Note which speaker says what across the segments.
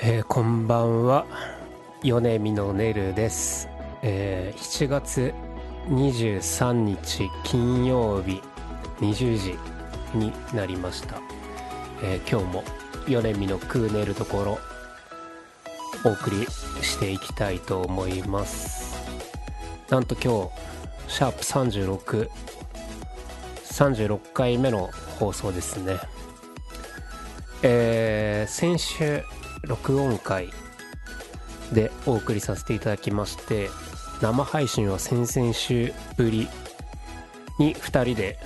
Speaker 1: えーこんばんは米美のねるです、えー7月23日金曜日20時になりました、えー今日も米美のクーネルところお送りしていきたいと思いますなんと今日シャープ36 36回目の放送ですねえー先週録音会でお送りさせていただきまして生配信は先々週ぶりに2人で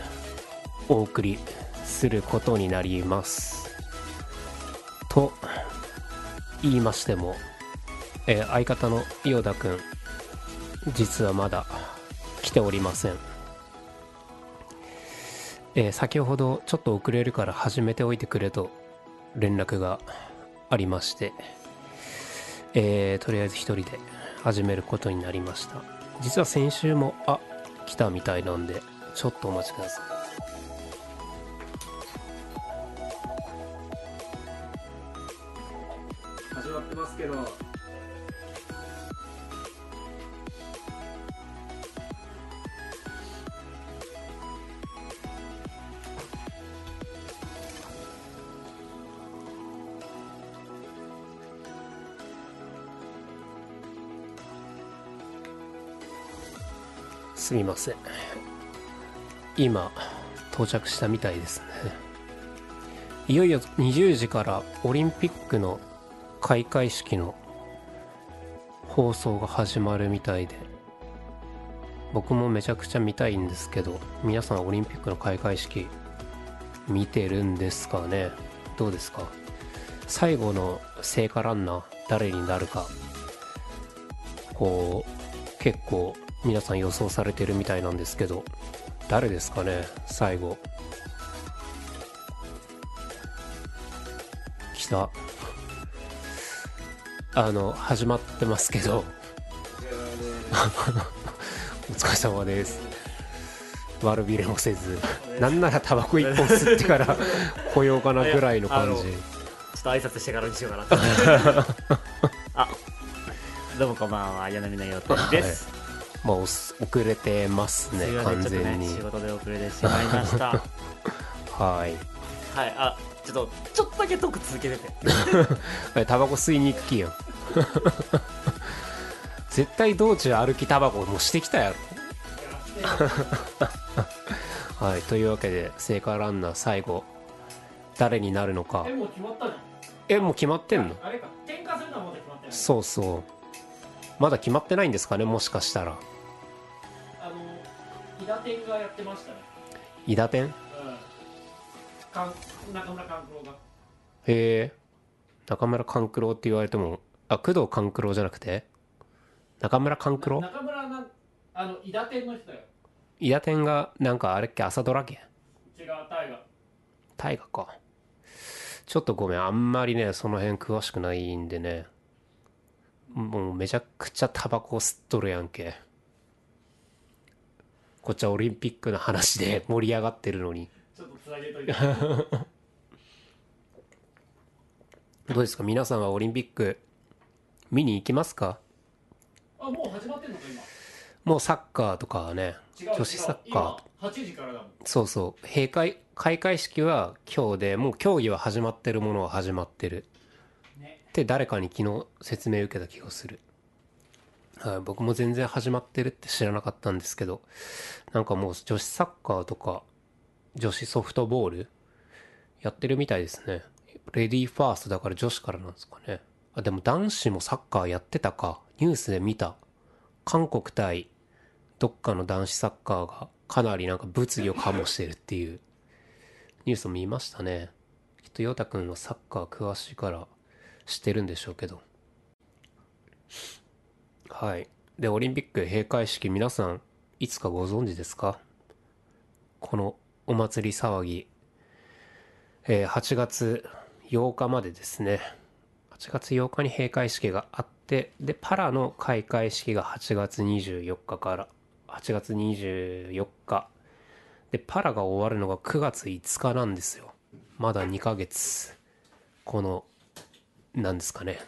Speaker 1: お送りすることになりますと言いましても、えー相方の伊代田くん実はまだ来ておりません、えー先ほどちょっと遅れるから始めておいてくれと連絡がありまして、えーとりあえず一人で始めることになりました実は先週もあ来たみたいなんでちょっとお待ちください
Speaker 2: 始まってますけど
Speaker 1: すみません今到着したみたいですねいよいよ20時からオリンピックの開会式の放送が始まるみたいで僕もめちゃくちゃ見たいんですけど皆さんオリンピックの開会式見てるんですかねどうですか最後の聖火ランナー誰になるかこう結構皆さん予想されてるみたいなんですけど誰ですかね最後来たあの始まってますけどお疲れ様です悪びれもせずなんならタバコ一本吸ってから来ようかなぐらいの感じ
Speaker 3: いやちょっと挨拶してからにしようか なとあどうもこんばんは柳の陽太です、
Speaker 1: まあおす遅れてますね
Speaker 3: すいませ
Speaker 1: 完
Speaker 3: んちょっと
Speaker 1: 全
Speaker 3: ね
Speaker 1: に
Speaker 3: 仕事で遅れてしまいま したはい
Speaker 1: はい
Speaker 3: あちょっとちょっとだけトーク続けてて
Speaker 1: えタバコ吸いに行く気やん絶対道中歩きタバコもしてきたやろはいというわけで聖火ランナー最後誰になるのか
Speaker 2: えもう決まったじゃん
Speaker 1: えもう決まってんの
Speaker 2: あれか転換するのはまだ決まってない
Speaker 1: そうそうまだ決まってないんですかねもしかしたら
Speaker 2: あの伊田天がやってましたね
Speaker 1: 伊田店
Speaker 2: うんかん中村勘九郎
Speaker 1: へ
Speaker 2: が
Speaker 1: え中村勘九郎って言われてもあ工藤勘九郎じゃなくて中村勘九郎
Speaker 2: 中村なんあの伊田天の人よ
Speaker 1: 伊田店がなんかあれっけ朝ドラけ
Speaker 2: 違う大河
Speaker 1: 大河かちょっとごめんあんまりねその辺詳しくないんでねもうめちゃくちゃタバコ吸っとるやんけこっちはオリンピックの話で盛り上がってるのに
Speaker 2: ちょっとつなげ といて
Speaker 1: どうですか皆さんはオリンピック見に行きますか
Speaker 2: あもう始まってんのか
Speaker 1: もうサッカーとかはね
Speaker 2: 今違う
Speaker 1: 女子サッカー
Speaker 2: 違う今8時からだもん
Speaker 1: そうそう閉会開会式は今日でもう競技は始まってるものは始まってる
Speaker 2: ね
Speaker 1: って誰かに昨日説明受けた気がする、はい、僕も全然始まってるって知らなかったんですけどなんかもう女子サッカーとか女子ソフトボールやってるみたいですねレディーファーストだから女子からなんですかねあでも男子もサッカーやってたかニュースで見た韓国対どっかの男子サッカーがかなりなんか物議を醸してるっていうニュースを見ましたねきっとヨタ君はサッカー詳しいから知ってるんでしょうけどはいでオリンピック閉会式皆さんいつかご存知ですかこのお祭り騒ぎ、えー8月8日までですね8月8日に閉会式があってでパラの開会式が8月24日から8月24日でパラが終わるのが9月5日なんですよまだ2ヶ月このなんですかね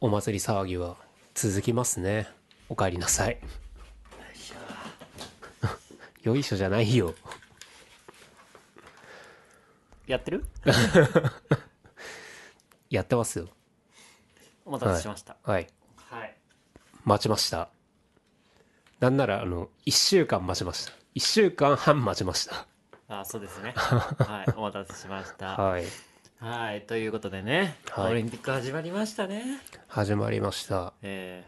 Speaker 1: お祭り騒ぎは続きますねお帰りなさい よいしょじゃないよ
Speaker 3: やってる
Speaker 1: やってますよ
Speaker 3: お待たせしました。
Speaker 1: はい
Speaker 2: はい。
Speaker 1: 待ちましたなんならあの1週間待ちました1週間半待ちました
Speaker 3: あそうです ね。はい、お待たせしました。
Speaker 1: はい
Speaker 3: はい、ということでね、
Speaker 1: はい
Speaker 3: オリンピック始まりましたね。
Speaker 1: 始まりました
Speaker 3: え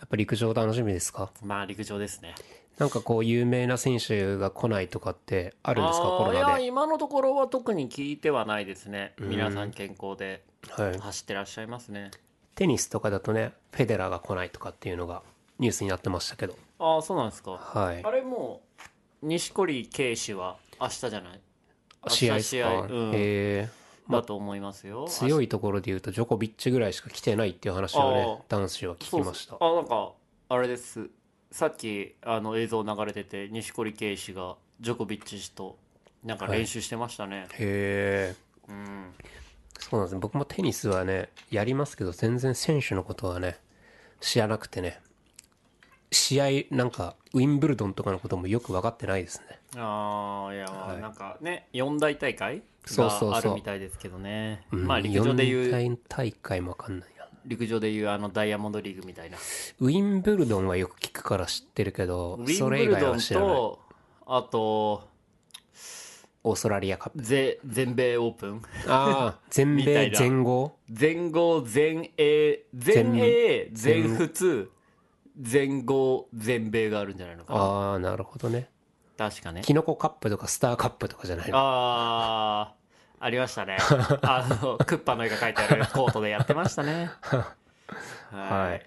Speaker 1: やっぱ陸上楽しみですか
Speaker 3: ー、まあ陸上ですね。
Speaker 1: なんかこう有名な選手が来ないとかってあ
Speaker 3: あ
Speaker 1: るんですかコロ
Speaker 3: ーい
Speaker 1: ナ
Speaker 3: や、
Speaker 1: で
Speaker 3: 今のところは特に聞いてはないですね。
Speaker 1: うん
Speaker 3: 皆さん健康で
Speaker 1: はい
Speaker 3: 走ってらっしゃいますね。
Speaker 1: テニスとかだとねフェデラーが来ないとかっていうのがニュースになってましたけど
Speaker 3: ああ、そうなんですか。
Speaker 1: はい
Speaker 3: あれもう、錦織圭氏は明日じゃない
Speaker 1: 試合
Speaker 3: 明
Speaker 1: で
Speaker 3: 日
Speaker 1: すか、
Speaker 3: うん
Speaker 1: えま
Speaker 3: だと思いますよ。
Speaker 1: 強
Speaker 3: い
Speaker 1: いところで言うとジョコビッチぐらいしか来てないっていう話をね
Speaker 3: あー
Speaker 1: 男子は聞きました
Speaker 3: あ、なんか、あれです。さっきあの映像流れてて、錦織圭氏がジョコビッチ氏となんか練習してましたね。
Speaker 1: へえ
Speaker 3: うん。
Speaker 1: そうなんですね僕もテニスはねやりますけど全然選手のことはね知らなくてね試合なんかウィンブルドンとかのこともよく分かってないですね
Speaker 3: ああいや、
Speaker 1: はい
Speaker 3: なんかね四大大会
Speaker 1: そうそうそう
Speaker 3: があるみたいですけどね
Speaker 1: うん
Speaker 3: まあ陸上で
Speaker 1: 四
Speaker 3: いう
Speaker 1: 大大会も分かんないな
Speaker 3: 陸上でいうあのダイヤモンドリーグみたいな
Speaker 1: ウィンブルドンはよく聞くから知ってるけ
Speaker 3: ウ
Speaker 1: ど
Speaker 3: ィ
Speaker 1: そ
Speaker 3: ンブ
Speaker 1: れ以
Speaker 3: ル
Speaker 1: 外
Speaker 3: ド
Speaker 1: は
Speaker 3: ン
Speaker 1: 知らない
Speaker 3: とあと
Speaker 1: オーストラリア カップ
Speaker 3: ぜ全米オープン
Speaker 1: ああ全
Speaker 3: みた
Speaker 1: 米
Speaker 3: いな
Speaker 1: 全豪
Speaker 3: 全豪全英全英全仏全豪全米があるんじゃないのかな
Speaker 1: ああなるほどね
Speaker 3: 確かね
Speaker 1: キノコカップとかスターカップとかじゃないの
Speaker 3: ああありましたねあのクッパの絵が描いてあるコートでやってまし たねはい、
Speaker 1: はい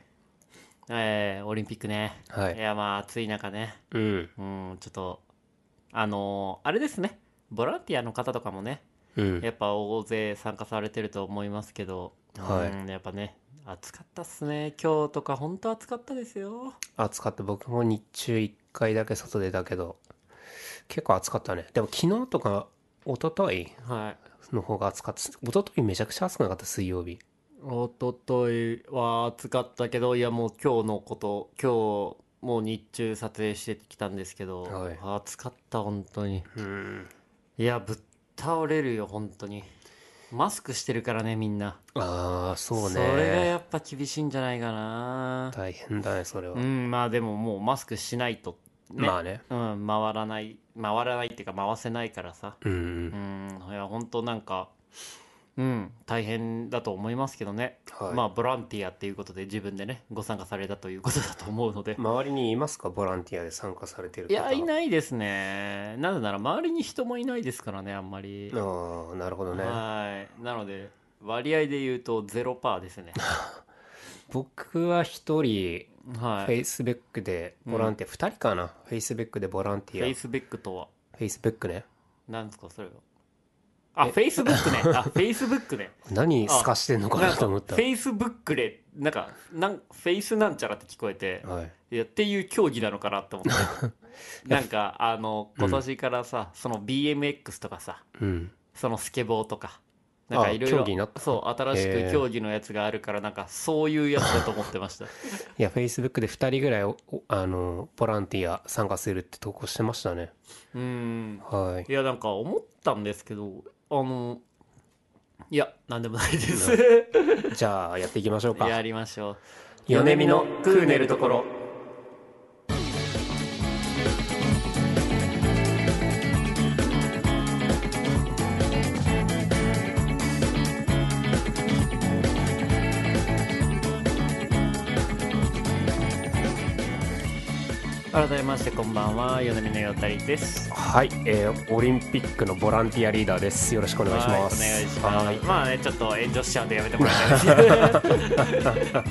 Speaker 3: えーオリンピックね、
Speaker 1: はい
Speaker 3: いやまあ暑い中ね
Speaker 1: うん
Speaker 3: うんちょっとあのーあれですねボランティアの方とかもね
Speaker 1: うん
Speaker 3: やっぱ大勢参加されてると思いますけど、
Speaker 1: はい
Speaker 3: うんやっぱね暑かったっすね今日とか本当暑かったですよ
Speaker 1: 暑かった僕も日中1回だけ外出たけど結構暑かったねでも昨日とか一昨日
Speaker 3: はい
Speaker 1: の方が暑かった一昨日めちゃくちゃ暑くなかった水曜日
Speaker 3: おとといは暑かったけどいやもう今日のこと今日もう日中撮影してきたんですけど、
Speaker 1: はい
Speaker 3: 暑かった本当に
Speaker 1: うん
Speaker 3: いやぶっ倒れるよ本当にマスクしてるからねみんな
Speaker 1: ああそう
Speaker 3: れが
Speaker 1: ね
Speaker 3: やっぱ厳しいんじゃないかな
Speaker 1: 大変だねそれは、
Speaker 3: うんまあでももうマスクしないとね、
Speaker 1: まあね
Speaker 3: うん、回らない回らないっていうか回せないからさ
Speaker 1: うん、
Speaker 3: うんいや本当なんかうん大変だと思いますけどね
Speaker 1: はい
Speaker 3: まあボランティアっていうことで自分でねご参加されたということだと思うので
Speaker 1: 周りにいますかボランティアで参加されてる
Speaker 3: い
Speaker 1: 方
Speaker 3: やいないですねなぜなら周りに人もいないですからねあんまり
Speaker 1: ああなるほどね
Speaker 3: はいなので割合で言うと0%ですね
Speaker 1: 僕は一人
Speaker 3: は
Speaker 1: フェ
Speaker 3: い
Speaker 1: イスブックでボランティア、二人かなフェイスブックでボランテ
Speaker 3: フ
Speaker 1: ィア
Speaker 3: ェイスブックとは
Speaker 1: フェイスブックね
Speaker 3: 何ですかそれはあフェイスブックねあフェイスブックね
Speaker 1: 何すかしてんのかなと思っ
Speaker 3: フ
Speaker 1: た
Speaker 3: ェイスブックでなんかなんフェイスなんちゃらって聞こえて
Speaker 1: はい
Speaker 3: いやっていう競技なのかなって思 ってなんかあの今年からさ、その BMX とかさ
Speaker 1: うん
Speaker 3: そのスケボーとかなんか
Speaker 1: あ
Speaker 3: いろい
Speaker 1: 競
Speaker 3: ろ
Speaker 1: 技になった
Speaker 3: そう新し
Speaker 1: へー
Speaker 3: く競技のやつがあるからなんかそういうやつだと思って ました
Speaker 1: いやフェイスブックで二人ぐらいおおあのボランティア参加するって投稿してましたね
Speaker 3: うん
Speaker 1: はい
Speaker 3: いやなんか思ったんですけどあのいやなんでもないです
Speaker 1: じゃあやっていきましょうか
Speaker 3: やりましょう
Speaker 1: 米見のクーネルところ
Speaker 3: 改めましてこんばんは米見のよたりです
Speaker 1: はい、えーオリンピックのボランティアリーダーですよろしくお願いします
Speaker 3: はいお願いします
Speaker 1: はい
Speaker 3: まあねちょっと炎上しちゃうんでやめてもらいたいですは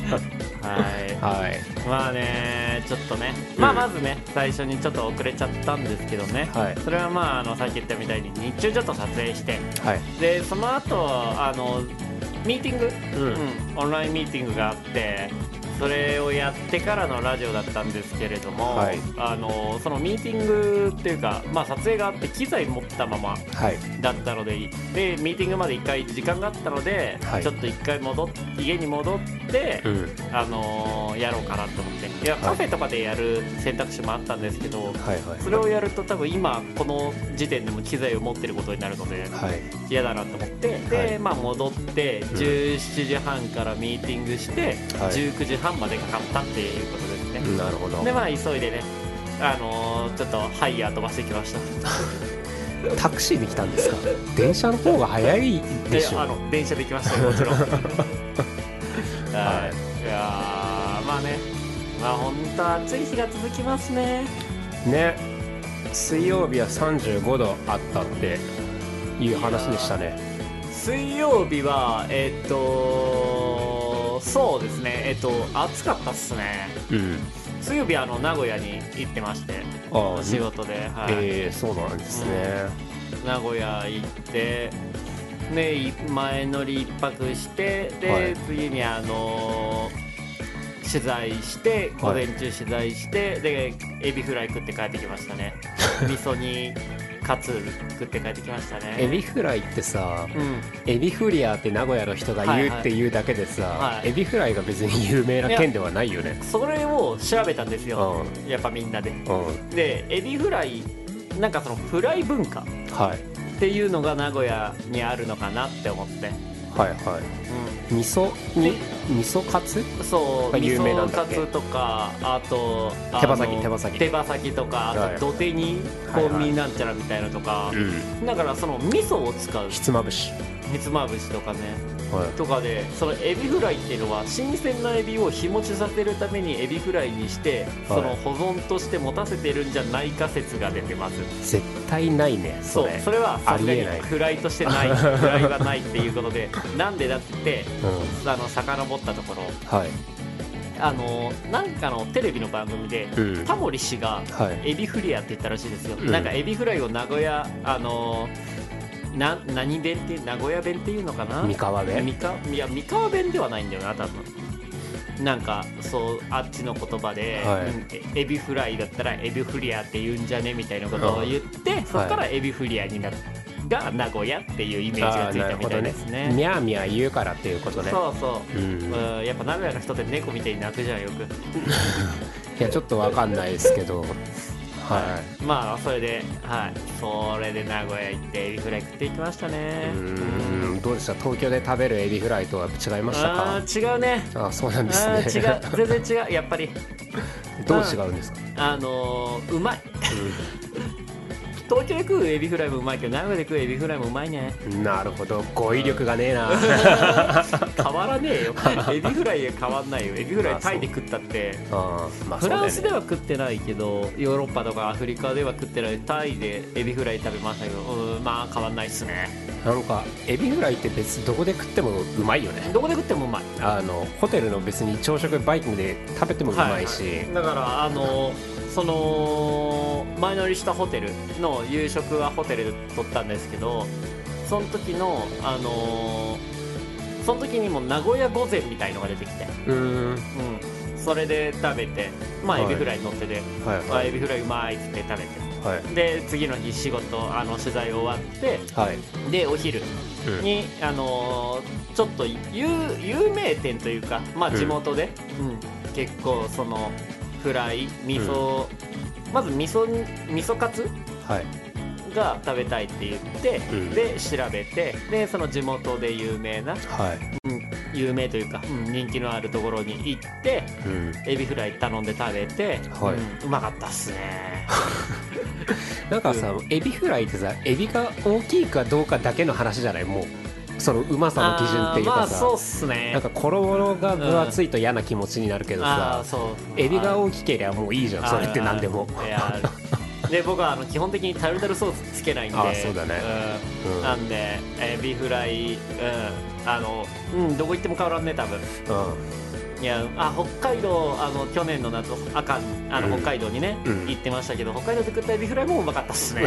Speaker 1: はい
Speaker 3: いまあねちょっとね、
Speaker 1: うん
Speaker 3: まあまずね最初にちょっと遅れちゃったんですけどね、
Speaker 1: はい
Speaker 3: それはまああのさっき言ったみたいに日中ちょっと撮影して
Speaker 1: はい
Speaker 3: でその後あのミーティング、
Speaker 1: うん
Speaker 3: うんオンラインミーティングがあってそれをやってからのラジオだったんですけれども、
Speaker 1: はい
Speaker 3: あのそのミーティングっていうか、まあ、撮影があって機材持ったまま
Speaker 1: はい
Speaker 3: だったのででミーティングまで1回時間があったので、
Speaker 1: はい
Speaker 3: ちょっと1回戻っ家に戻って、
Speaker 1: うん
Speaker 3: あのやろうかなと思っていや
Speaker 1: はい
Speaker 3: カフェとかでやる選択肢もあったんですけど、
Speaker 1: はいはい
Speaker 3: それをやると多分今この時点でも機材を持ってることになるので
Speaker 1: はい
Speaker 3: 嫌だなと思ってで、
Speaker 1: はい
Speaker 3: まあ戻って
Speaker 1: ん
Speaker 3: 17時半からミーティングして、
Speaker 1: はい
Speaker 3: 19時半までかかったっていうことですね、
Speaker 1: なるほど
Speaker 3: でまあ急いでねあのーちょっとハイヤー飛ばしてきました
Speaker 1: タクシーで来たんですか電車の方が早いでしょ
Speaker 3: いやあの電車で行きましたよ もちろんはいいやーまあねまあ本当暑い日が続きますね
Speaker 1: ね水曜日は35度あったっていう話でしたね
Speaker 3: 水曜日はえっとそうですねえっと暑かったっすね
Speaker 1: うん
Speaker 3: 水曜日あの名古屋に行ってまして
Speaker 1: ああ
Speaker 3: 仕事で、はい
Speaker 1: ええそうなんですね、
Speaker 3: 名古屋行ってでい前乗り一泊してで、
Speaker 1: はい
Speaker 3: 次にあのー取材して午
Speaker 1: はい
Speaker 3: 前中取材して、でエビフライ食って帰ってきまし たね味噌煮カツ食って帰ってきましたね
Speaker 1: エビフライってさ
Speaker 3: うん
Speaker 1: エビフリアって名古屋の人が言うっていうだけでさ、
Speaker 3: はいはい
Speaker 1: エビフライが別に有名な県ではないよね
Speaker 3: それを調べたんです
Speaker 1: う
Speaker 3: よ、
Speaker 1: んうん
Speaker 3: やっぱみんなででエビフライなんかそのフライ文化っ
Speaker 1: はい
Speaker 3: ていうのが名古屋にあるのかなって思って、
Speaker 1: はいはい
Speaker 3: うん、
Speaker 1: 味噌に
Speaker 3: で
Speaker 1: 味噌カツ
Speaker 3: そう
Speaker 1: が
Speaker 3: 味
Speaker 1: 有名な
Speaker 3: 噌
Speaker 1: んだ
Speaker 3: カ
Speaker 1: っけ
Speaker 3: ツとかあとあの
Speaker 1: 手羽先手羽先
Speaker 3: 手羽先とか
Speaker 1: は
Speaker 3: あ
Speaker 1: い
Speaker 3: と土手に
Speaker 1: はいはい
Speaker 3: コンビニなんちゃらみたいなとか、
Speaker 1: ん
Speaker 3: だからその味噌を使う
Speaker 1: ひつまぶし
Speaker 3: ひつまぶしとかね
Speaker 1: はい
Speaker 3: とかでそのエビフライっていうのは新鮮なエビを日持ちさせるためにエビフライにしてその保存として持たせてるんじゃないか説が出てます
Speaker 1: 絶対ないねそ
Speaker 3: そう
Speaker 1: れ
Speaker 3: それは
Speaker 1: あ
Speaker 3: さす
Speaker 1: り
Speaker 3: がに
Speaker 1: えない
Speaker 3: フラ イとしてないフライはないっていうことでなんでだって
Speaker 1: うん
Speaker 3: あの遡ったところ
Speaker 1: はい
Speaker 3: あのなんかのテレビの番組で、
Speaker 1: うん
Speaker 3: タモリ氏が
Speaker 1: はい
Speaker 3: エビフリアって言ったらしいですよ、
Speaker 1: うん
Speaker 3: なんかエビフライを名古屋あのな何弁って名古屋弁っていうのかな
Speaker 1: 三河
Speaker 3: 三
Speaker 1: 弁
Speaker 3: 河いや三河弁ではないんだよな多分なんかそうあっちの言葉で、
Speaker 1: はい
Speaker 3: うんえエビフライだったらエビフリアって言うんじゃねみたいなことを言って、そこからエビフリアになったが名古屋っていうイメージがついたみたいですね
Speaker 1: みゃーみゃー言うからっていうことね
Speaker 3: そうそうう、
Speaker 1: ん
Speaker 3: うん、やっぱ名古屋の人って猫みたいに鳴くじゃんよく
Speaker 1: いやちょっとわかんないですけどは
Speaker 3: まあそれではいそれで名古屋行ってエビフライ食っていきました
Speaker 1: い
Speaker 3: ね
Speaker 1: うんどうでした東京で食べるエビフライとは違いました
Speaker 3: あ
Speaker 1: か
Speaker 3: ー違うね
Speaker 1: あそうなん
Speaker 3: あ
Speaker 1: ですね
Speaker 3: ー違う全然違うやっぱり
Speaker 1: どう違うんですか
Speaker 3: あのーうまい東京で食うエビフライもうまいけど名古屋で食うエビフライもうまいね
Speaker 1: なるほど語彙力がねえ な
Speaker 3: 変わらね えよエビフライは変わんないよエビフライタイで食ったって
Speaker 1: あーまあそ
Speaker 3: フ
Speaker 1: うだよ
Speaker 3: ラ
Speaker 1: ね
Speaker 3: ンスでは食ってないけどヨーロッパとかアフリカでは食ってないタイでエビフライ食べましたけどうんまあ変わんないっすね
Speaker 1: なんかエビフライって別にどこで食ってもうまいよね
Speaker 3: どこで食ってもうまい
Speaker 1: あのホテルの別に朝食バイキングで食べてもうまいし、
Speaker 3: はだからあのその前乗りしたホテルの夕食はホテルで取ったんですけどその時のあのその時にも名古屋御膳みたいのが出てきて、
Speaker 1: うーん
Speaker 3: うん、それで食べてまあ
Speaker 1: はい
Speaker 3: エビフライ乗ってて、
Speaker 1: はい
Speaker 3: あ
Speaker 1: はい
Speaker 3: エビフライうまいっつって食べ
Speaker 1: はい
Speaker 3: てで次の日仕事あの取材終わって
Speaker 1: はい、
Speaker 3: でお昼
Speaker 1: うん
Speaker 3: に、あのーちょっと有有名店というか、まあ、
Speaker 1: うん
Speaker 3: 地元で、うん結構そのフライ味噌、まず味噌味噌カツ
Speaker 1: はい
Speaker 3: が食べたいって言って、
Speaker 1: うん
Speaker 3: で調べてでその地元で有名な、
Speaker 1: はい
Speaker 3: うん有名というか、うん人気のあるところに行って
Speaker 1: うん
Speaker 3: エビフライ頼んで食べて、
Speaker 1: はい
Speaker 3: うんうまかったっすね
Speaker 1: なんかさ、エビフライってさエビが大きいかどうかだけの話じゃないもう そのうまさの基準っていう
Speaker 3: あーま
Speaker 1: か
Speaker 3: あ
Speaker 1: さ、
Speaker 3: そうっすね
Speaker 1: なんか衣が分厚いと嫌な気持ちになるけど
Speaker 3: あ
Speaker 1: さ
Speaker 3: ー、そう
Speaker 1: エビが
Speaker 3: あー
Speaker 1: 大きければもういいじゃんそれって何でも
Speaker 3: あーいやーで僕はあの基本的にタルタルソースつけないんで
Speaker 1: あーそうだね
Speaker 3: うん
Speaker 1: うん
Speaker 3: なんでエビフライ、うん、あのうんどこ行っても変わらんね多分いやあ北海道あの去年の夏赤あの
Speaker 1: うん
Speaker 3: 北海道にね、
Speaker 1: うん
Speaker 3: 行ってましたけど北海道で食ったエビフライもうまかったっすね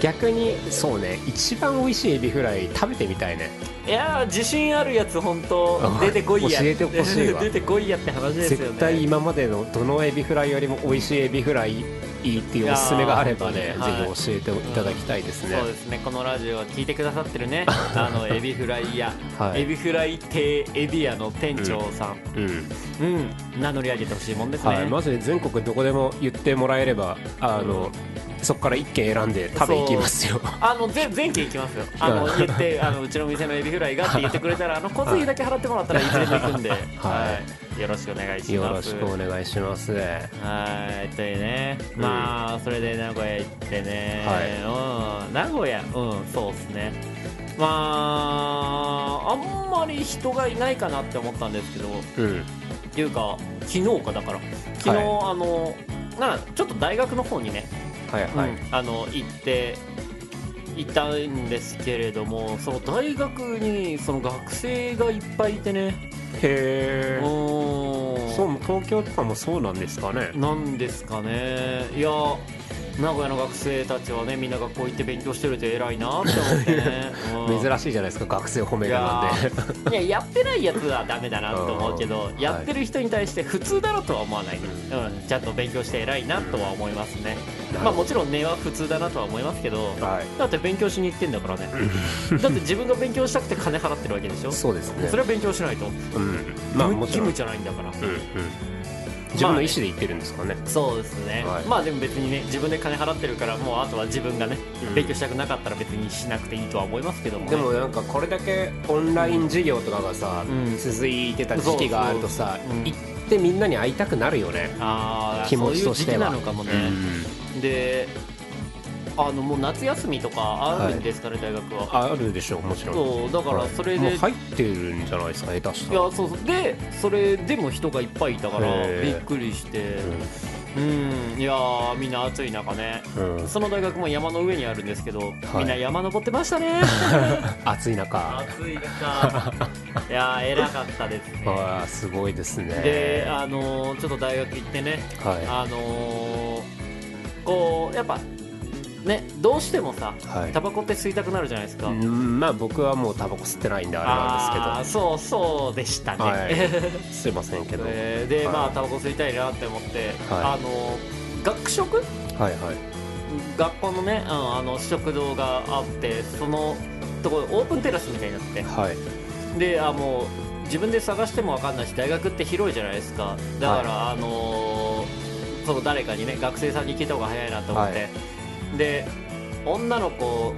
Speaker 1: 逆にそうね一番美味しいエビフライ食べてみたいね
Speaker 3: いやー自信あるやつ本 当
Speaker 1: あ
Speaker 3: 出てこいや
Speaker 1: 教えてほしいわ
Speaker 3: 出てこいやって話ですよね
Speaker 1: 絶対今までのどのエビフライよりも美味しいエビフライいいっていうおすすめがあれば
Speaker 3: いや
Speaker 1: ね、
Speaker 3: ー本
Speaker 1: ぜひ教えていただきたいですね、
Speaker 3: そうですねこのラジオは聞いてくださって るねあのエビフライ屋、
Speaker 1: はい
Speaker 3: エビフライ亭エビ屋の店長さん、
Speaker 1: うん
Speaker 3: うん名乗り上げてほしいもんですね、
Speaker 1: はい、マジで全国どこでも言ってもらえればあの、そこから1軒選んで食べ行きますよ
Speaker 3: あの全全件行きますよあの言ってあのうちの店のエビフライがって言ってくれたらあの 小銭だけ払ってもらったらいずれも行くんで、はいよろしくお願いし
Speaker 1: よ
Speaker 3: ま
Speaker 1: ろ
Speaker 3: す
Speaker 1: しくお願いします
Speaker 3: はいというね、
Speaker 1: うん
Speaker 3: まあそれで名古屋行ってね、うん、名古屋うんそうっすねまああんまり人がいないかなって思ったんですけど
Speaker 1: うん
Speaker 3: っていうか昨日かだから昨日、
Speaker 1: はい
Speaker 3: あのなちょっと大学の方にね
Speaker 1: はいはい、
Speaker 3: うんあの行っていたんですけれどもその大学にその学生がいっぱいいてね
Speaker 1: へえ
Speaker 3: うん
Speaker 1: そう東京とかもそうなんですかね
Speaker 3: なんですかねいや名古屋の学生たちはねみんな学校行って勉強してるって偉いなって思ってね、うん
Speaker 1: 珍し いじゃないですか学生褒めるなんて
Speaker 3: いいややってないやつはダメだなと思うけど、
Speaker 1: うん
Speaker 3: やってる人に対して普通だろとは思わない、ね
Speaker 1: う
Speaker 3: うん、ちゃんと勉強して偉いなとは思いますね、
Speaker 1: なるほど
Speaker 3: まあもちろん根は普通だなとは思いますけど
Speaker 1: はい
Speaker 3: だって勉強しに行ってんだからねだって自分が勉強したくて金払ってるわけでしょそ
Speaker 1: そうですね
Speaker 3: れは勉強しないと、
Speaker 1: うんまあも
Speaker 3: 義
Speaker 1: ちろん、う
Speaker 3: 務
Speaker 1: ん
Speaker 3: じゃないんだから、
Speaker 1: うん、自分の意思で言ってるんですかね、
Speaker 3: そうですね、
Speaker 1: はい
Speaker 3: まあでも別にね自分で金払ってるからもうあとは自分がね、
Speaker 1: うん
Speaker 3: 勉強したくなかったら別にしなくていいとは思いますけども、ね、
Speaker 1: でもなんかこれだけオンライン授業とかがさ、
Speaker 3: うん
Speaker 1: 続いてた時期があるとさ、
Speaker 3: そうそううん
Speaker 1: 行ってみんなに会いたくなるよね、
Speaker 3: ああ
Speaker 1: 気持ちとしては
Speaker 3: そういう時期なのかもね、であのもう夏休みとかあるんですかね、大学は
Speaker 1: あるでしょうもちろん
Speaker 3: そうだからそれで、
Speaker 1: もう
Speaker 3: い、
Speaker 1: 入ってるんじゃないですか下手したら
Speaker 3: やそうそうでそれでも人がいっぱいいたから
Speaker 1: へー
Speaker 3: びっくりしてうんいやーみんな暑い中ね
Speaker 1: うん、うん、
Speaker 3: その大学も山の上にあるんですけど、みんな山登ってました ね
Speaker 1: 暑い中
Speaker 3: 暑い中いやー偉かったですね
Speaker 1: あーすごいですね
Speaker 3: であのーちょっと大学行ってね
Speaker 1: は
Speaker 3: あのーこうやっぱねどうしてもさ
Speaker 1: い、はい
Speaker 3: タバコって吸いたくなるじゃないですか、
Speaker 1: うんまあ僕はもうタバコ吸ってないんであれ
Speaker 3: あ
Speaker 1: なん
Speaker 3: あ
Speaker 1: で
Speaker 3: そうそうでしたね、
Speaker 1: はいすけどすいませんけど、
Speaker 3: えーで、
Speaker 1: はい
Speaker 3: まあタバコ吸いたいなって思って、
Speaker 1: は
Speaker 3: あの学食
Speaker 1: はいはい
Speaker 3: 学校のね、うん、あの食堂があってそのとこオープンテラスみたいになって
Speaker 1: はい
Speaker 3: であもう自分で探しても分かんないし大学って広いじゃないですかだから、あのーその誰かにね学生さんに聞いた方が早いなと思って、
Speaker 1: は
Speaker 3: で女の子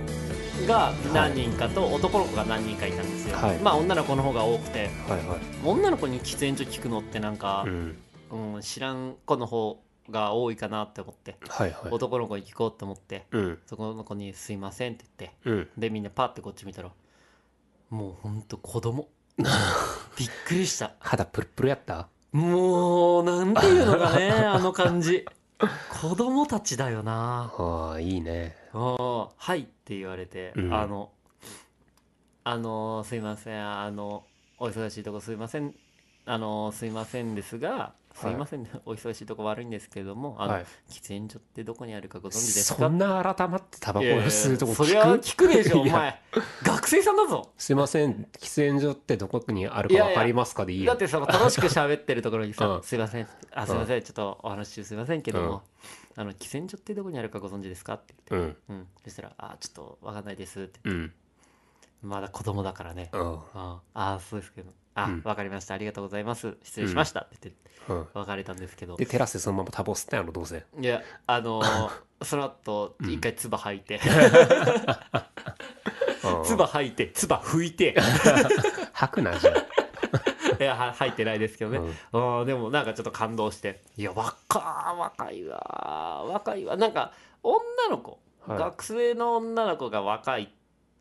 Speaker 3: が何人かと男の子が何人かいたんですよ、
Speaker 1: はい
Speaker 3: まあ女の子の方が多くて
Speaker 1: はいは
Speaker 3: 女の子に喫煙所聞くのってなんか
Speaker 1: い、う、ん、
Speaker 3: うん知らん子の方が多いかなって思って、
Speaker 1: はいはい
Speaker 3: 男の子に聞こうって思って
Speaker 1: うん
Speaker 3: そこの子に「すいません」って言って
Speaker 1: うん
Speaker 3: でみんなパッてこっち見たらもうほんと子 供びっくりした
Speaker 1: 肌プルプルやった
Speaker 3: もうなんていうの かねあの感じ子供たちだよな
Speaker 1: ああいいね
Speaker 3: うんはい」って言われて、
Speaker 1: うん
Speaker 3: あの「あのすいませんあのお忙しいとこすいませんあのすいませんですがすいません、お忙しいとこ悪いんですけれどもあの、
Speaker 1: はい
Speaker 3: 喫煙所ってどこにあるかご存知です
Speaker 1: そ
Speaker 3: か
Speaker 1: んな改まってタバコを
Speaker 3: いやいや
Speaker 1: 吸うとこ聞く
Speaker 3: そりゃ聞くでしょお
Speaker 1: いや
Speaker 3: 前学生さんだぞ
Speaker 1: すいません喫煙所ってどこにあるかわかりますかでいい
Speaker 3: だ
Speaker 1: よ
Speaker 3: ってその楽しく喋ってるところにさ「
Speaker 1: うん
Speaker 3: すいませんあすいませんちょっとお話し中すいませんけども、あの喫煙所ってどこにあるかご存知ですか?」って言って、
Speaker 1: うん
Speaker 3: うんそしたら「あちょっとわかんないです」って
Speaker 1: うん
Speaker 3: まだ子供だからね、
Speaker 1: うん
Speaker 3: ああそうですけどあわ、
Speaker 1: うん
Speaker 3: かりましたありがとうございます失礼しました、って言って
Speaker 1: うん
Speaker 3: 別れたんですけど
Speaker 1: でテラスでそのままタバコ吸ったんやろどうせ
Speaker 3: いやあのー その後一回唾吐いて唾吐いて唾拭 いて
Speaker 1: 吐くなじゃあ
Speaker 3: いやは吐いてないですけど ね、
Speaker 1: うん
Speaker 3: あーでもなんかちょっと感動していや若ー若いわー若いわなんか女の子、
Speaker 1: はい
Speaker 3: 学生の女の子が若いっ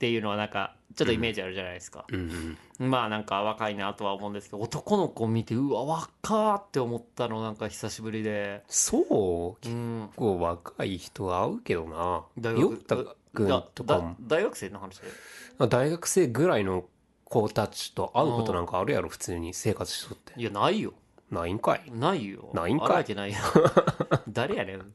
Speaker 3: ていうのはなんかちょっとイメージあるじゃないですか、
Speaker 1: うんうん
Speaker 3: まあなんか若いなとは思うんですけど男の子見てうわ若ーって思ったのなんか久しぶりで
Speaker 1: そう
Speaker 3: う
Speaker 1: 結
Speaker 3: ん
Speaker 1: 構若い人会うけどな
Speaker 3: 大
Speaker 1: ヨ
Speaker 3: 学
Speaker 1: ッタ君
Speaker 3: だ
Speaker 1: とか
Speaker 3: だ
Speaker 1: も
Speaker 3: 大学生の話で
Speaker 1: 大学生ぐらいの子たちと会うことなんかあるやろ普通に生活しとって
Speaker 3: いやないよ
Speaker 1: ないんかい
Speaker 3: ないよ
Speaker 1: ないんかい
Speaker 3: あるわ けないよ誰やねん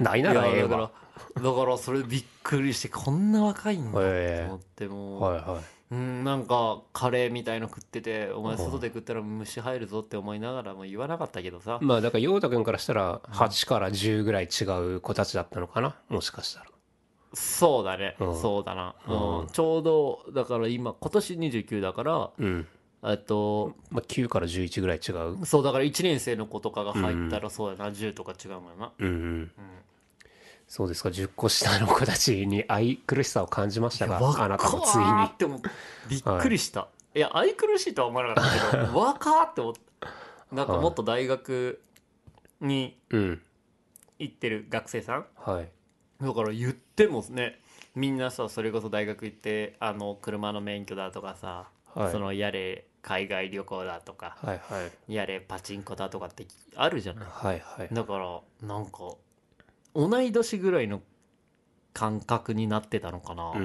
Speaker 1: ないなら
Speaker 3: い
Speaker 1: ええ
Speaker 3: やだから
Speaker 1: わ
Speaker 3: だからそれびっくりしてこんな若いんだと
Speaker 1: へえ
Speaker 3: 思ってもう、
Speaker 1: はいはい
Speaker 3: うんなんかカレーみたいの食っててお前外で食ったら虫入るぞって思いながらも言わなかったけどさ
Speaker 1: まあだから陽太くんからしたら8から10ぐらい違う子たちだったのかなもしかしたら
Speaker 3: そうだね、
Speaker 1: うん
Speaker 3: そうだな、
Speaker 1: うん
Speaker 3: うんちょうどだから今今年29だから
Speaker 1: うん
Speaker 3: えっと
Speaker 1: まあ9から11ぐらい違う
Speaker 3: そうだから1年生の子とかが入ったらそうやな、10とか違うもんな、
Speaker 1: うんうんそうですか10個下の子たちに愛苦しさを感じましたが
Speaker 3: わっ
Speaker 1: あなたもつ
Speaker 3: か
Speaker 1: い
Speaker 3: ー
Speaker 1: に
Speaker 3: って思っびっくりした、い、や愛くるしいとは思わなかったけ ど若ーって思ったなんかもっと大学に
Speaker 1: うん
Speaker 3: 行ってる学生さん
Speaker 1: はい
Speaker 3: だから言ってもねみんなさそれこそ大学行ってあの車の免許だとかさ、
Speaker 1: はい
Speaker 3: そのやれ海外旅行だとか
Speaker 1: はいはい
Speaker 3: やれパチンコだとかってあるじゃない
Speaker 1: はいはい
Speaker 3: だからなんか同い年ぐらいの感覚になってたのかな、
Speaker 1: うー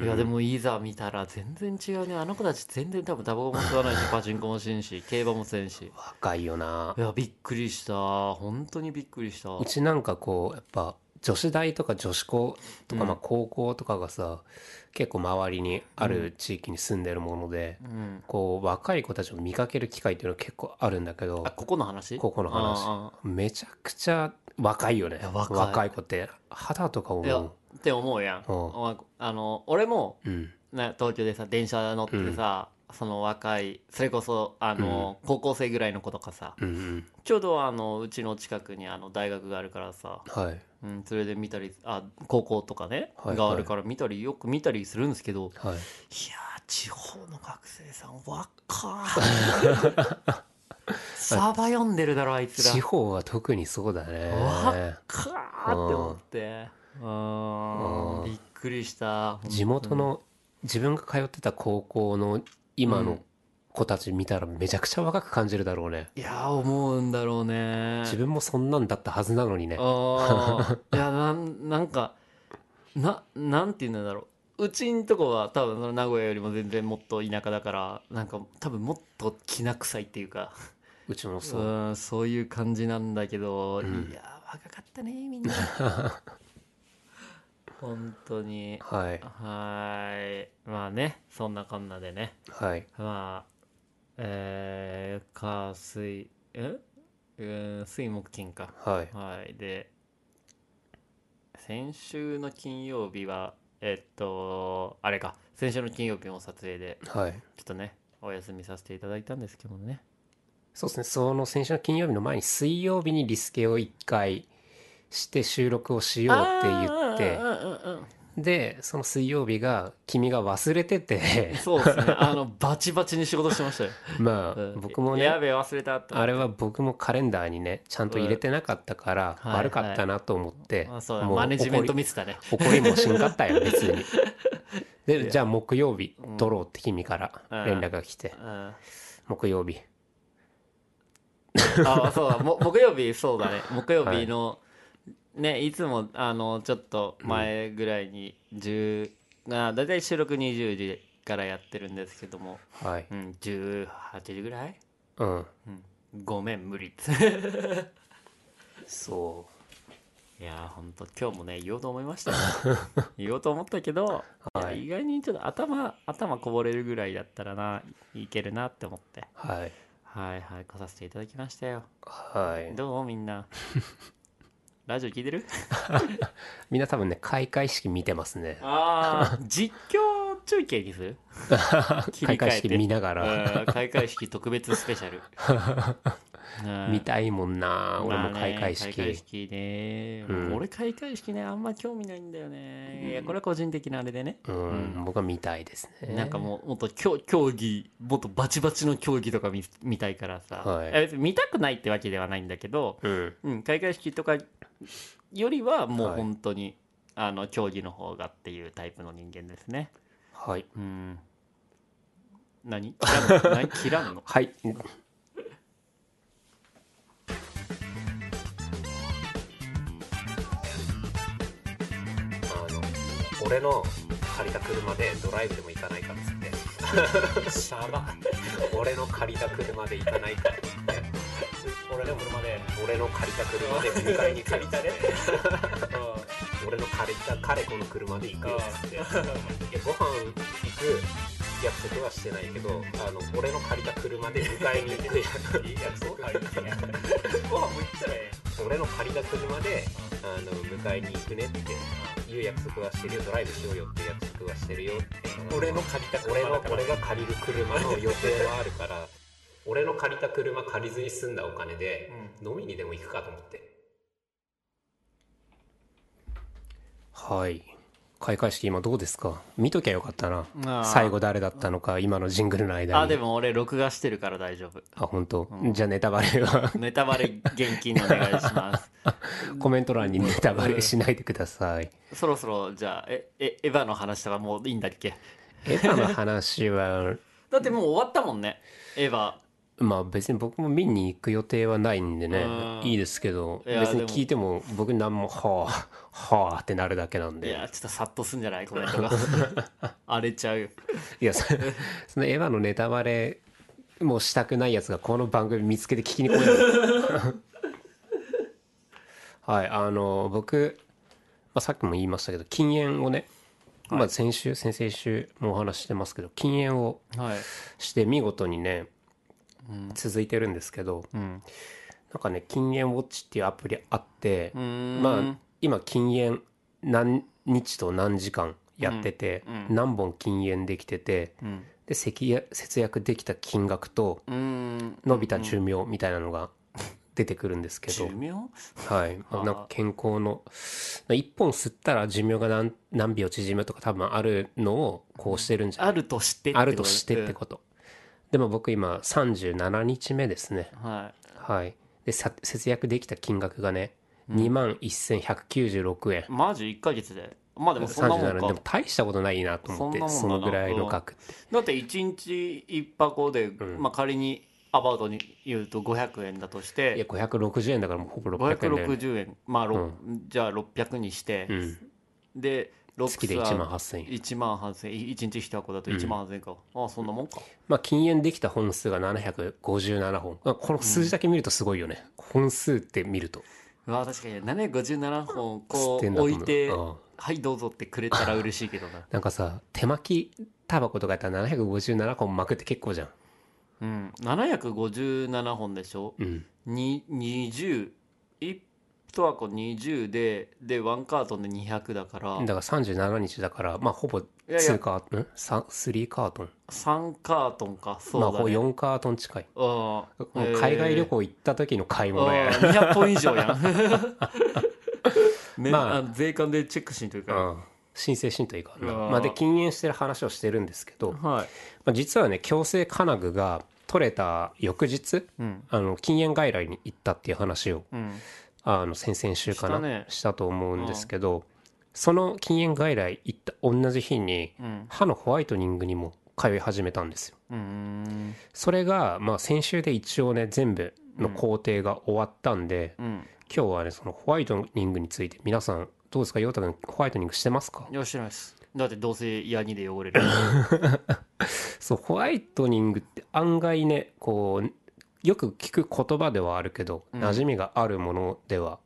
Speaker 1: ん
Speaker 3: いやでもいざ見たら全然違うねあの子たち全然多分タバコも吸わないしパチンコもせんし競馬もせんし
Speaker 1: 若いよない
Speaker 3: やびっくりした本当にびっくりした
Speaker 1: うちなんかこうやっぱ女子大とか女子校とか
Speaker 3: うん
Speaker 1: まあ高校とかがさ結構周りにある地域に住んでるもので
Speaker 3: うん
Speaker 1: こう若い子たちを見かける機会っていうのは結構あるんだけど
Speaker 3: あここの話
Speaker 1: ここの話
Speaker 3: ああ
Speaker 1: めちゃくちゃ若いよね
Speaker 3: いや若い
Speaker 1: 子って肌とか
Speaker 3: いや
Speaker 1: も
Speaker 3: って思うやん
Speaker 1: うん
Speaker 3: お前あの俺も
Speaker 1: うん
Speaker 3: な東京でさ電車乗っててさ、その若いそれこそあの、高校生ぐらいの子とかさ
Speaker 1: うんうん
Speaker 3: ちょうどあのうちの近くにあの大学があるからさ、
Speaker 1: はい
Speaker 3: うん、それで見たりあ高校とかね、
Speaker 1: はいはい
Speaker 3: があるから見たりよく見たりするんですけど、
Speaker 1: はい
Speaker 3: いやー地方の学生さん若ーサバ読んでる だろあいつら
Speaker 1: 地方は特にそうだね
Speaker 3: かーって思ってうー
Speaker 1: うん
Speaker 3: んびっくりした
Speaker 1: 地元の自分が通ってた高校の今の子たち見たらめちゃくちゃ若く感じるだろうね
Speaker 3: いやー思うんだろうね
Speaker 1: 自分もそんなんだったはずなのにね
Speaker 3: あ ーいやなんなんかななんて言うんだろううちんとこは多分その名古屋よりも全然もっと田舎だからなんか多分もっときな臭いっていうか
Speaker 1: うちも
Speaker 3: そ
Speaker 1: そう
Speaker 3: うんそういう感じなんだけど、
Speaker 1: ん
Speaker 3: いやー若かったねみ んな本当に
Speaker 1: はい
Speaker 3: はーいまあねそんなこんなでね
Speaker 1: はい
Speaker 3: まあえー、火水えうん水木金か
Speaker 1: はい
Speaker 3: はいで先週の金曜日はえっとあれか先週の金曜日も撮影で
Speaker 1: はい
Speaker 3: ちょっとねお休みさせていただいたんですけどもね
Speaker 1: そうですねその先週の金曜日の前に水曜日にリスケを一回して収録をしようって言って
Speaker 3: あーうんうんうんうん
Speaker 1: でその水曜日が君が忘れてて
Speaker 3: そうですね。あの、バチバチに仕事してましたよ。
Speaker 1: まあ
Speaker 3: うん
Speaker 1: 僕もね
Speaker 3: やべえ、忘れたって。
Speaker 1: あれは僕もカレンダーにねちゃんと入れてなかったから
Speaker 3: はい
Speaker 1: 悪かったなと思って
Speaker 3: あそうだ、
Speaker 1: もう
Speaker 3: マネジメント
Speaker 1: 怒り
Speaker 3: ミスだね。
Speaker 1: 怒りもしんかったよ別 に
Speaker 3: い
Speaker 1: で
Speaker 3: や
Speaker 1: じゃあ木曜日
Speaker 3: うん
Speaker 1: 撮ろうって君から連絡が来て
Speaker 3: うんあ、
Speaker 1: 木曜日
Speaker 3: そうだ、も木曜日、そうだね。木曜日の、ね、いつも、あの、ちょっと前ぐらいに、10、あだいたい収録20時からやってるんですけども、
Speaker 1: はい
Speaker 3: うん、18時ぐらい
Speaker 1: うん
Speaker 3: うん。ごめん、無理。
Speaker 1: そ
Speaker 3: いやーほんと今日もね言おうと思いま したよ言おうと思ったけど、
Speaker 1: はい
Speaker 3: いや意外にちょっと頭頭こぼれるぐらいだったらないけるなって思って
Speaker 1: うはい
Speaker 3: はいはい来させていただきましたよ
Speaker 1: はい
Speaker 3: どうみんなラジオ聞いてる
Speaker 1: みんな多分ね開会式見てますね
Speaker 3: ああ 実況中継にする切り替えて
Speaker 1: 開会式見ながら
Speaker 3: うん開会式特別スペシャルう ん
Speaker 1: 見たいもんな俺
Speaker 3: まあ
Speaker 1: も
Speaker 3: ね
Speaker 1: 開会式
Speaker 3: 開会式ね、
Speaker 1: うん
Speaker 3: 俺開会式ねあんま興味ないんだよね、いやこれは個人的なあれでね、
Speaker 1: うん僕は見たいですね
Speaker 3: なんかもうもっと競競技もっとバチバチの競技とか見見たいからさ、
Speaker 1: はい
Speaker 3: え別に見たくないってわけではないんだけど、
Speaker 1: うん
Speaker 3: うん、開会式とかよりはも
Speaker 1: は
Speaker 3: う
Speaker 1: い
Speaker 3: 本当に、あの競技の方がっていうタイプの人間ですね
Speaker 1: はい
Speaker 3: うん何切らんの何切らんの
Speaker 1: はいあの俺の借りた車でドライブでも行かないかっつ ってシャバ俺の借りた車で行かないかっつって
Speaker 3: 俺の車で
Speaker 1: 俺の借りた車で迎えに行くよっつ って 俺の借りた彼子の車で行くよっつっていやご飯行く
Speaker 4: 約束はしてないけどあの俺の借りた車で迎えに行く約
Speaker 5: いい約束ありますね
Speaker 4: 束はもう言ったらええ俺の借りた車であの迎えに行くねっていう約束はしてるよドライブしようよっていう約束はしてるよって俺の借りた俺の俺が借りる車の予定はあるから俺の借りた車借りずに済んだお金で飲みにでも行くかと思って
Speaker 1: はい開会式今どうですか見ときゃよかったな
Speaker 3: あー
Speaker 1: 最後誰だったのか今のジングルの間に
Speaker 3: あでも俺録画してるから大丈夫
Speaker 1: あ本当、
Speaker 3: うん
Speaker 1: じゃあネタバレ は
Speaker 3: ネタバレ厳禁でお願いします
Speaker 1: コメント欄にネタバレしないでください、
Speaker 3: そろそろじゃあええエヴァの話とかもういいんだっけ
Speaker 1: エヴァの話は
Speaker 3: だってもう終わったもんねエヴァ
Speaker 1: まあ別に僕も見に行く予定はないんでね
Speaker 3: うん
Speaker 1: いいですけど
Speaker 3: いや
Speaker 1: 別に聞いても僕何も「はあはあ」ってなるだけなん
Speaker 3: い
Speaker 1: でいや
Speaker 3: やちょっとさっとすんじゃないコメントが 荒れちゃう
Speaker 1: そ そのエヴァのネタバレもうしたくないやつがこの番組見つけて聞きに来ない はいあの僕、まあ、さっきも言いましたけど禁煙をね、まあ、先週先々週もお話ししてますけど禁煙を
Speaker 3: はい
Speaker 1: して見事にね
Speaker 3: うん
Speaker 1: 続いてるんですけど
Speaker 3: うん
Speaker 1: なんかね禁煙ウォッチっていうアプリあって、ま
Speaker 3: ま
Speaker 1: あ今禁煙何日と何時間やってて、
Speaker 3: うんうん
Speaker 1: 何本禁煙できてて
Speaker 3: あうん
Speaker 1: で節約節約できた金額と
Speaker 3: うん
Speaker 1: 伸びた寿命みたいなのが出てくるんですけど、
Speaker 3: 寿命
Speaker 1: はい、まあ
Speaker 3: あー
Speaker 1: なんか健康の1本吸ったら寿命が何何秒縮むとか多分あるのをこうしてるんじゃない
Speaker 3: あるとしてって
Speaker 1: あるとしてってこと。でも僕今37日目ですね。
Speaker 3: とは
Speaker 1: はい。で、さ節約できた金額がね、2万1196円
Speaker 3: い。マジ1ヶ月でまあでもそんなも
Speaker 1: 37で
Speaker 3: ん
Speaker 1: も
Speaker 3: か
Speaker 1: 大したことないなと思ってそ
Speaker 3: そんなも
Speaker 1: の
Speaker 3: んだな
Speaker 1: ぐらいの額って
Speaker 3: だって1日1箱で
Speaker 1: ん
Speaker 3: まあ仮にアバウトに言うと500円だとし
Speaker 1: いや
Speaker 3: て
Speaker 1: 560円だからもうほぼ600円だよね、
Speaker 3: 560円まあろ
Speaker 1: う
Speaker 3: じゃあ600にして
Speaker 1: うん、
Speaker 3: で6
Speaker 1: 月で1万8000円
Speaker 3: 1万8000円1日1箱だと1万8000円かああそんなもんか
Speaker 1: まあ禁煙できた本数が757本まあこの数字だけ見るとすごいよね、本数って見ると
Speaker 3: うわ確かに757本
Speaker 1: 吸っ
Speaker 3: こ
Speaker 1: てん
Speaker 3: う
Speaker 1: だと
Speaker 3: 置
Speaker 1: 思う
Speaker 3: いて
Speaker 1: うん
Speaker 3: はいどうぞってくれたら嬉しいけど な
Speaker 1: なんかさ手巻きタバコとかやったら757本巻くって結構じゃん
Speaker 3: うん757本でしょ
Speaker 1: うん
Speaker 3: に20一箱20ででワンカートンで200だから
Speaker 1: だから37日だからまあほぼ
Speaker 3: いやいや
Speaker 1: 2カートンさ3カートン、
Speaker 3: 3カートンかそう
Speaker 1: まあ
Speaker 3: だ
Speaker 1: ほぼ
Speaker 3: ね、
Speaker 1: 4カートン近い
Speaker 3: ああ
Speaker 1: もう海外旅行行った時の買い物や、
Speaker 3: ああ200本以上 やんね、
Speaker 1: まあ
Speaker 3: あの税関でチェックしにというか
Speaker 1: うん申請しんといかんな、
Speaker 3: うわー
Speaker 1: まあ、で禁煙してる話をしてるんですけど、ま
Speaker 3: はい、
Speaker 1: あ、実はね強制金具が取れた翌日
Speaker 3: うん
Speaker 1: あの禁煙外来に行ったっていう話を
Speaker 3: うん、
Speaker 1: あの先々週かな
Speaker 3: したね
Speaker 1: したと思うんですけどその禁煙外来行った同じ日に
Speaker 3: うん
Speaker 1: 歯のホワイトニングにも通い始めたんですよ
Speaker 3: うーん
Speaker 1: それがまあ先週で一応ね全部の工程が終わったんで、
Speaker 3: うん
Speaker 1: 今日はねそのホワイトニングについて皆さんどうですか陽太君ホワイトニングしてますか
Speaker 3: よしてないですだってどうせヤニで汚れる
Speaker 1: そうホワイトニングって案外ねこうよく聞く言葉ではあるけど、
Speaker 3: ん
Speaker 1: 馴染みがあるものでは、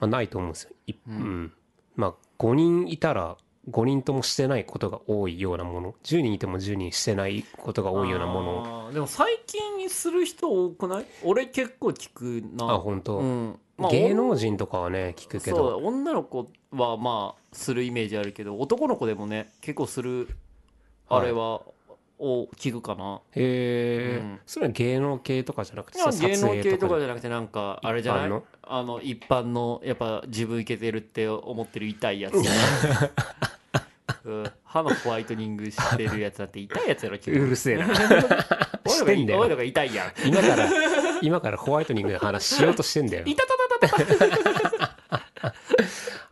Speaker 1: まあ、ないと思うんですよ。いうんんまあ5人いたら5人ともしてないことが多いようなもの10人いても10人してないこと が多いようなもの
Speaker 3: あーでも最近する人多くない俺結構聞く
Speaker 1: あ
Speaker 3: な
Speaker 1: 本当、
Speaker 3: うん
Speaker 1: 芸能人とかはね聞くけ
Speaker 3: そう
Speaker 1: ど
Speaker 3: 女の子はまあするイメージあるけど男の子でもね結構するあれは、を聞くかな
Speaker 1: へえ、
Speaker 3: うん
Speaker 1: それは芸能系とかじゃなくて
Speaker 3: いや芸能系とか
Speaker 1: で
Speaker 3: じゃなくてなんかあれじゃな
Speaker 1: 一般
Speaker 3: い
Speaker 1: の
Speaker 3: あの一般のやっぱ自分いけてるって思ってる痛いやつ、 うん、歯のホワイトニングしてるやつだって痛いやつやろ
Speaker 1: うるせえなし
Speaker 3: 俺
Speaker 1: て
Speaker 3: の
Speaker 1: んだ
Speaker 3: が
Speaker 1: よ
Speaker 3: 俺のが痛いやん
Speaker 1: 今から今からホワイトニングの話しようとしてんだよ
Speaker 3: 痛たたたたた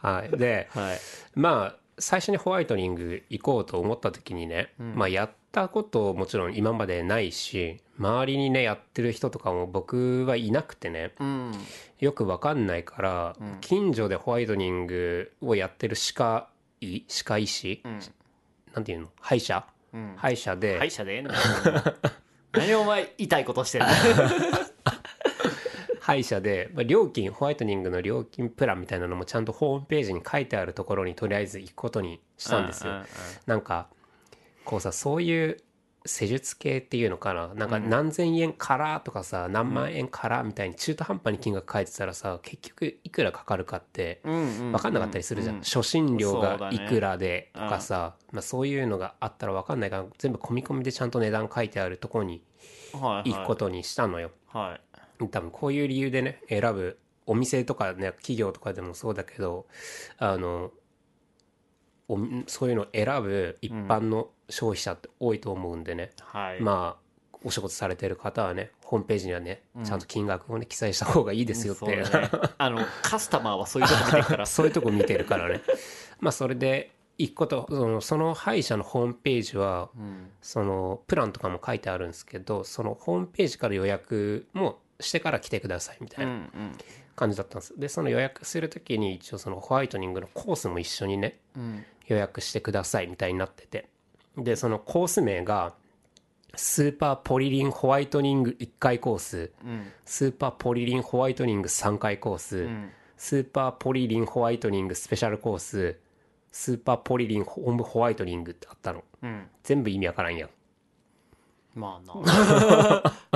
Speaker 1: はいで
Speaker 3: たはい
Speaker 1: まあ最初にホワイトニング行こうと思った時にね、まあやったこともちろん今までないし周りにねやってる人とかも僕はいなくてね
Speaker 3: うん
Speaker 1: よくわかんないから、近所でホワイトニングをやってる歯科医歯科医師、
Speaker 3: うん
Speaker 1: なんていうの歯医者、
Speaker 3: うん
Speaker 1: 歯医者で、
Speaker 3: 歯医者でええの何お前痛いことしてん の
Speaker 1: 歯医者で、まあ、料金ホワイトニングの料金プランみたいなのもちゃんとホームページに書いてあるところにとりあえず行くことにしたんですよ。
Speaker 3: うんうんうん
Speaker 1: なんかこうさそういう施術系っていうのかななんか
Speaker 3: うん
Speaker 1: 何千円からとかさ、何万円からみたいに中途半端に金額書いてたらさ結局いくらかかるかって
Speaker 3: 分
Speaker 1: 分かんなかったりするじゃん、初診料
Speaker 3: そうだ
Speaker 1: が
Speaker 3: ね
Speaker 1: いくらでとかさそう,、まあ、そういうのがあったら分かんないから全部込み込みでちゃんと値段書いてあるとこに
Speaker 3: はい
Speaker 1: 行
Speaker 3: は
Speaker 1: く
Speaker 3: い
Speaker 1: ことにしたのよ、
Speaker 3: はい
Speaker 1: 多分こういう理由でね選ぶお店とかね企業とかでもそうだけどあのおみそういうのを選ぶ一般の消費者って多いと思うんでね、
Speaker 3: はい
Speaker 1: まあお仕事されてる方はねホームページにはね
Speaker 3: うん
Speaker 1: ちゃんと金額をね記載した方がいいですよって、
Speaker 3: そうだねあのカスタマーはそういうこと見てるか ら
Speaker 1: そういうとこ見てるからねまあそれで行くことそのその歯医者のホームページは
Speaker 3: うん
Speaker 1: そのプランとかも書いてあるんですけどそのホームページから予約もしてから来てくださいみた
Speaker 3: う
Speaker 1: い
Speaker 3: んう
Speaker 1: なん感じだったんですでその予約する時に一応そのホワイトニングのコースも一緒にね
Speaker 3: うん
Speaker 1: 予約してくださいみたいになっててでそのコース名がスーパーポリリンホワイトニング1回コース
Speaker 3: うん
Speaker 1: スーパーポリリンホワイトニング3回コース、
Speaker 3: うん
Speaker 1: スーパーポリリンホワイトニングスペシャルコーススーパーポリリンホームホワイトニングってあったの
Speaker 3: うん
Speaker 1: 全部意味わからんやん
Speaker 3: ま あな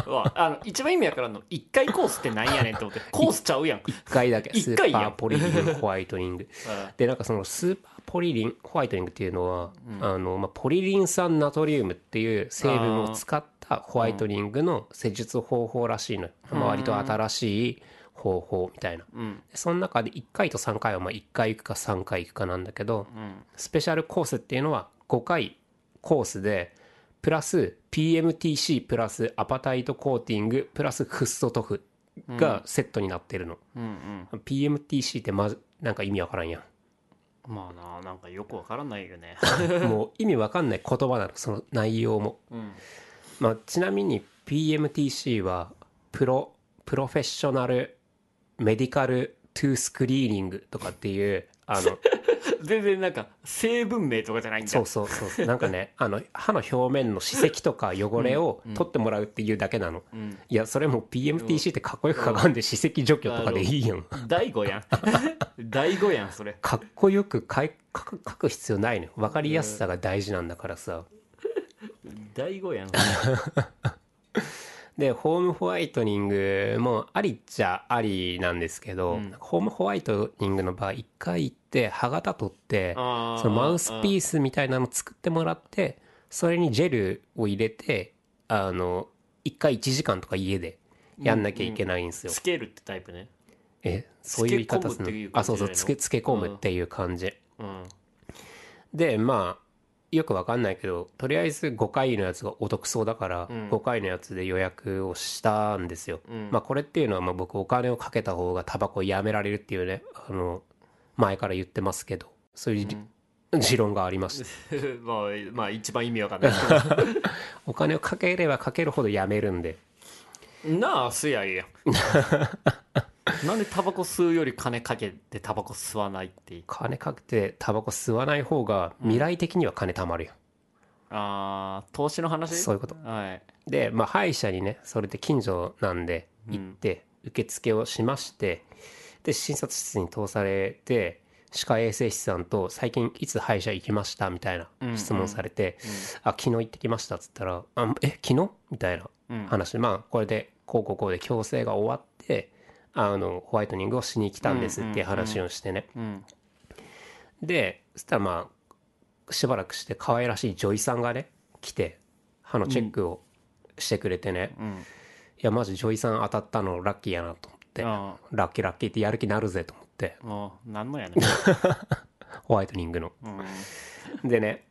Speaker 3: うわあの一番意味わからんの1回コースってなんやね んって思ってコースちゃうやん、うん
Speaker 1: 1回だけス
Speaker 3: 一
Speaker 1: ー
Speaker 3: 回
Speaker 1: パ
Speaker 3: やん
Speaker 1: ーポリリンホワイトニングでなんかそのスーパーポリリンホワイトニングっていうのは、
Speaker 3: うん
Speaker 1: あのまあ、ポリリン酸ナトリウムっていう成分を使ったホワイトニングの施術方法らしいのよ、
Speaker 3: うん
Speaker 1: まあ、割と新しい方法みたいな
Speaker 3: うん
Speaker 1: でその中で1回と3回はまあ1回行くか3回行くかなんだけど
Speaker 3: うん
Speaker 1: スペシャルコースっていうのは5回コースでプラス PMTC プラスアパタイトコーティングプラスフッ素塗布がセットになってるの、
Speaker 3: うんうん、
Speaker 1: PMTC ってまずなんか意味わからんやん
Speaker 3: まあななんかよくわからないよね、
Speaker 1: もう意味わかんない言葉なのその内容も、
Speaker 3: うん、
Speaker 1: まあ、ちなみに PMTC はプロプロフェッショナルメディカルトゥースクリーニングとかっていうあ の
Speaker 3: 全然なんか成分名とかじゃないんだ
Speaker 1: そうそうそうそうなんかねあの歯の表面の歯石とか汚れを取ってもらうっていうだけなの、
Speaker 3: うん、
Speaker 1: いやそれもう PMTC ってかっこよく書かんで歯石除去とかでいいやん
Speaker 3: 第五やん 第五やんそれ
Speaker 1: かっこよくかい書く書く必要ないのよ分かりやすさが大事なんだからさ、
Speaker 3: 第 五やん
Speaker 1: でホームホワイトニングもありっちゃありなんですけど、
Speaker 3: うん
Speaker 1: ホームホワイトニングの場合一回行って歯型取ってそ
Speaker 3: そ
Speaker 1: のマウスピースみたいなの作ってもらってそれにジェルを入れてあの一回1時間とか家でやんなきゃいけないんですよ、
Speaker 3: スケールってタイプね
Speaker 1: えそういう言い方す
Speaker 3: 漬け込むって
Speaker 1: る
Speaker 3: いう
Speaker 1: の
Speaker 3: 感
Speaker 1: あ
Speaker 3: じじ
Speaker 1: そ
Speaker 3: ゃ
Speaker 1: う
Speaker 3: ないの
Speaker 1: そうつけつけ込むっていう感じ、
Speaker 3: うん
Speaker 1: でまあよくわかんないけどとりあえず5回のやつがお得そうだから、
Speaker 3: うん
Speaker 1: 5回のやつで予約をしたんですよ、
Speaker 3: うん
Speaker 1: まあこれっていうのはまあ僕お金をかけた方がタバコやめられるっていうねあの前から言ってますけどそういうじ、持論がありまして
Speaker 3: まあまあ一番意味わかんな いけ
Speaker 1: お金をかければかけるほどやめるんで
Speaker 3: どなあ吸やいいやんなんでタバコ吸うより金かけてタバコ吸わないっていう
Speaker 1: 金かけてタバコ吸わない方が未来的には金貯まるよ、
Speaker 3: あー投資の話
Speaker 1: そういうこと
Speaker 3: はい
Speaker 1: で、まあ、歯医者にねそれで近所なんで
Speaker 3: うん
Speaker 1: 行って受付をしまして、で診察室に通されて歯科衛生士さんと「最近いつ歯医者行きました?」みたいな
Speaker 3: うん
Speaker 1: 質問されて
Speaker 3: うん
Speaker 1: 「あ昨日行ってきました」っつったら「あえ昨日?」みたいな
Speaker 3: うん
Speaker 1: 話でまあこれでこうこうこうで矯正が終わってあのホワイトニングをしに来たんですっていう話をしてね
Speaker 3: うん
Speaker 1: でそしたらまあしばらくして可愛らしい女医さんがね来て歯のチェックをしてくれてね、
Speaker 3: うん
Speaker 1: いやマジジョイさん当たったのラッキーやなと思って
Speaker 3: あ
Speaker 1: ラッキーラッキーってやる気なるぜと思って
Speaker 3: あもうなんのやねん
Speaker 1: ホワイトニングの
Speaker 3: うん
Speaker 1: でね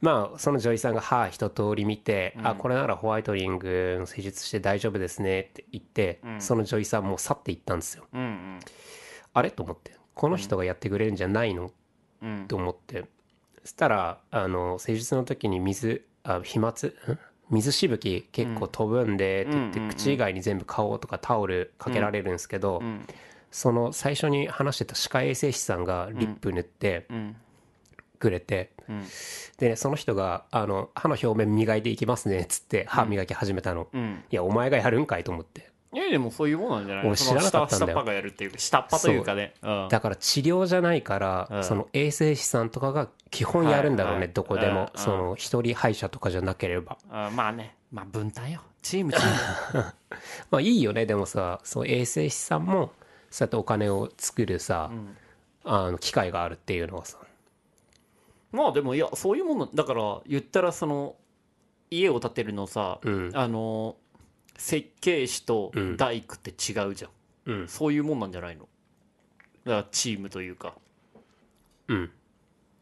Speaker 1: まあその女医さんが歯一通り見て、
Speaker 3: うん
Speaker 1: あこれならホワイトニングの施術して大丈夫ですねって言って、
Speaker 3: うん
Speaker 1: その女医さんもう去っていったんですよ
Speaker 3: うん
Speaker 1: あれと思ってこの人がやってくれるんじゃないの
Speaker 3: うんうん
Speaker 1: と思ってそしたらあの施術の時に水あ飛沫ん水しぶき結構飛ぶんでって言って、
Speaker 3: うんうんうんうん
Speaker 1: 口以外に全部顔とかタオルかけられるんですけど、
Speaker 3: うん
Speaker 1: その最初に話してた歯科衛生士さんがリップ塗って
Speaker 3: うん
Speaker 1: くれて、
Speaker 3: うん
Speaker 1: でねその人があの「歯の表面磨いていきますね」っつって歯磨き始めたの、い
Speaker 3: うん
Speaker 1: やお前がやるんかいと思って
Speaker 3: いやでもそういうもんなんじゃない
Speaker 1: 俺知らなかったんだよ
Speaker 3: その下下っ端がやるっていうか下っ端というかねうん
Speaker 1: だから治療じゃないから、
Speaker 3: うん
Speaker 1: その衛生士さんとかが基本やるんだろうね、
Speaker 3: はいはい
Speaker 1: どこでも、
Speaker 3: うん
Speaker 1: その一人歯医者とかじゃなければ
Speaker 3: あまあねまあ分担よチームチ ー
Speaker 1: まあいいよねでもさその衛生士さんもそうやってお金を作るさ、
Speaker 3: ム、
Speaker 1: あの機会があるっていうのはさ
Speaker 3: うん、まあでもいやそういうものだから言ったらその家を建てるのさ、
Speaker 1: うん
Speaker 3: あの設計士と
Speaker 1: うん
Speaker 3: 大工って違うじゃん、
Speaker 1: うん
Speaker 3: そういうもんなんじゃないのだからチームというか
Speaker 1: うん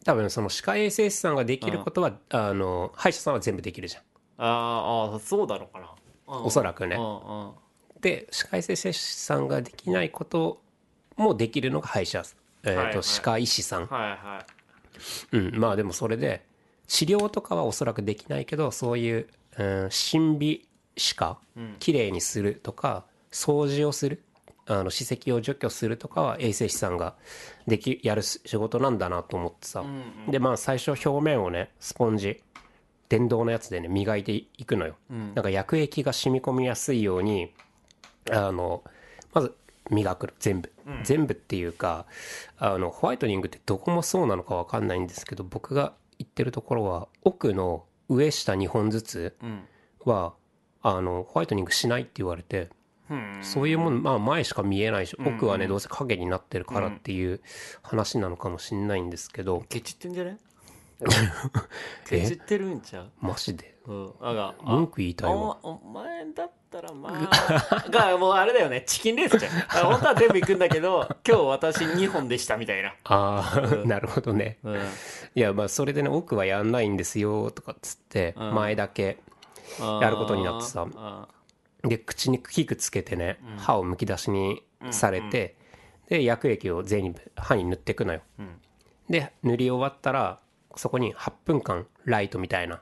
Speaker 1: 多分その歯科衛生士さんができることは、あの歯医者さんは全部できるじゃん
Speaker 3: あーあーそうだろうかな
Speaker 1: おそらくね
Speaker 3: うんうん
Speaker 1: で歯科衛生士さんができないこともできるのが歯医者、えーと
Speaker 3: はいはい
Speaker 1: 歯科医師さん、
Speaker 3: はいはい
Speaker 1: うん、まあでもそれで治療とかはおそらくできないけどそういう、うん、審美歯科きれいにするとか掃除をするあの歯石を除去するとかは衛生士さんができやる仕事なんだなと思ってさ、でまあ最初表面をねスポンジ電動のやつでね磨いていくのよ、なんか薬液が染み込みやすいようにあのまず磨くの全部、全部っていうかあのホワイトニングってどこもそうなのかわかんないんですけど僕が言ってるところは奥の上下2本ずつ
Speaker 3: うん
Speaker 1: はあのホワイトニングしないって言われて
Speaker 3: うん
Speaker 1: そういうもんまあ前しか見えないし
Speaker 3: ん
Speaker 1: 奥はねどうせ影になってるからっていう話なのかもしんないんですけど
Speaker 3: ケチってんじゃね
Speaker 1: え
Speaker 3: ケチってるんちゃう
Speaker 1: マジで
Speaker 3: うんあがあ
Speaker 1: 文句言いたいわ
Speaker 3: おお前だったらまあがもうあれだよねチキンレースじゃんあ本当は全部行くんだけ ど今日私2本でしたみたいな
Speaker 1: ああ なるほどね
Speaker 3: うん
Speaker 1: いやまあそれでね奥はやんないんですよとかっつって
Speaker 3: うん
Speaker 1: 前だけやることになってさ
Speaker 3: あ
Speaker 1: で口に器具つけてね歯をむき出しにされてで薬液を全部歯に塗っていくのよ
Speaker 3: ん
Speaker 1: で塗り終わったらそこに8分間ライトみたいな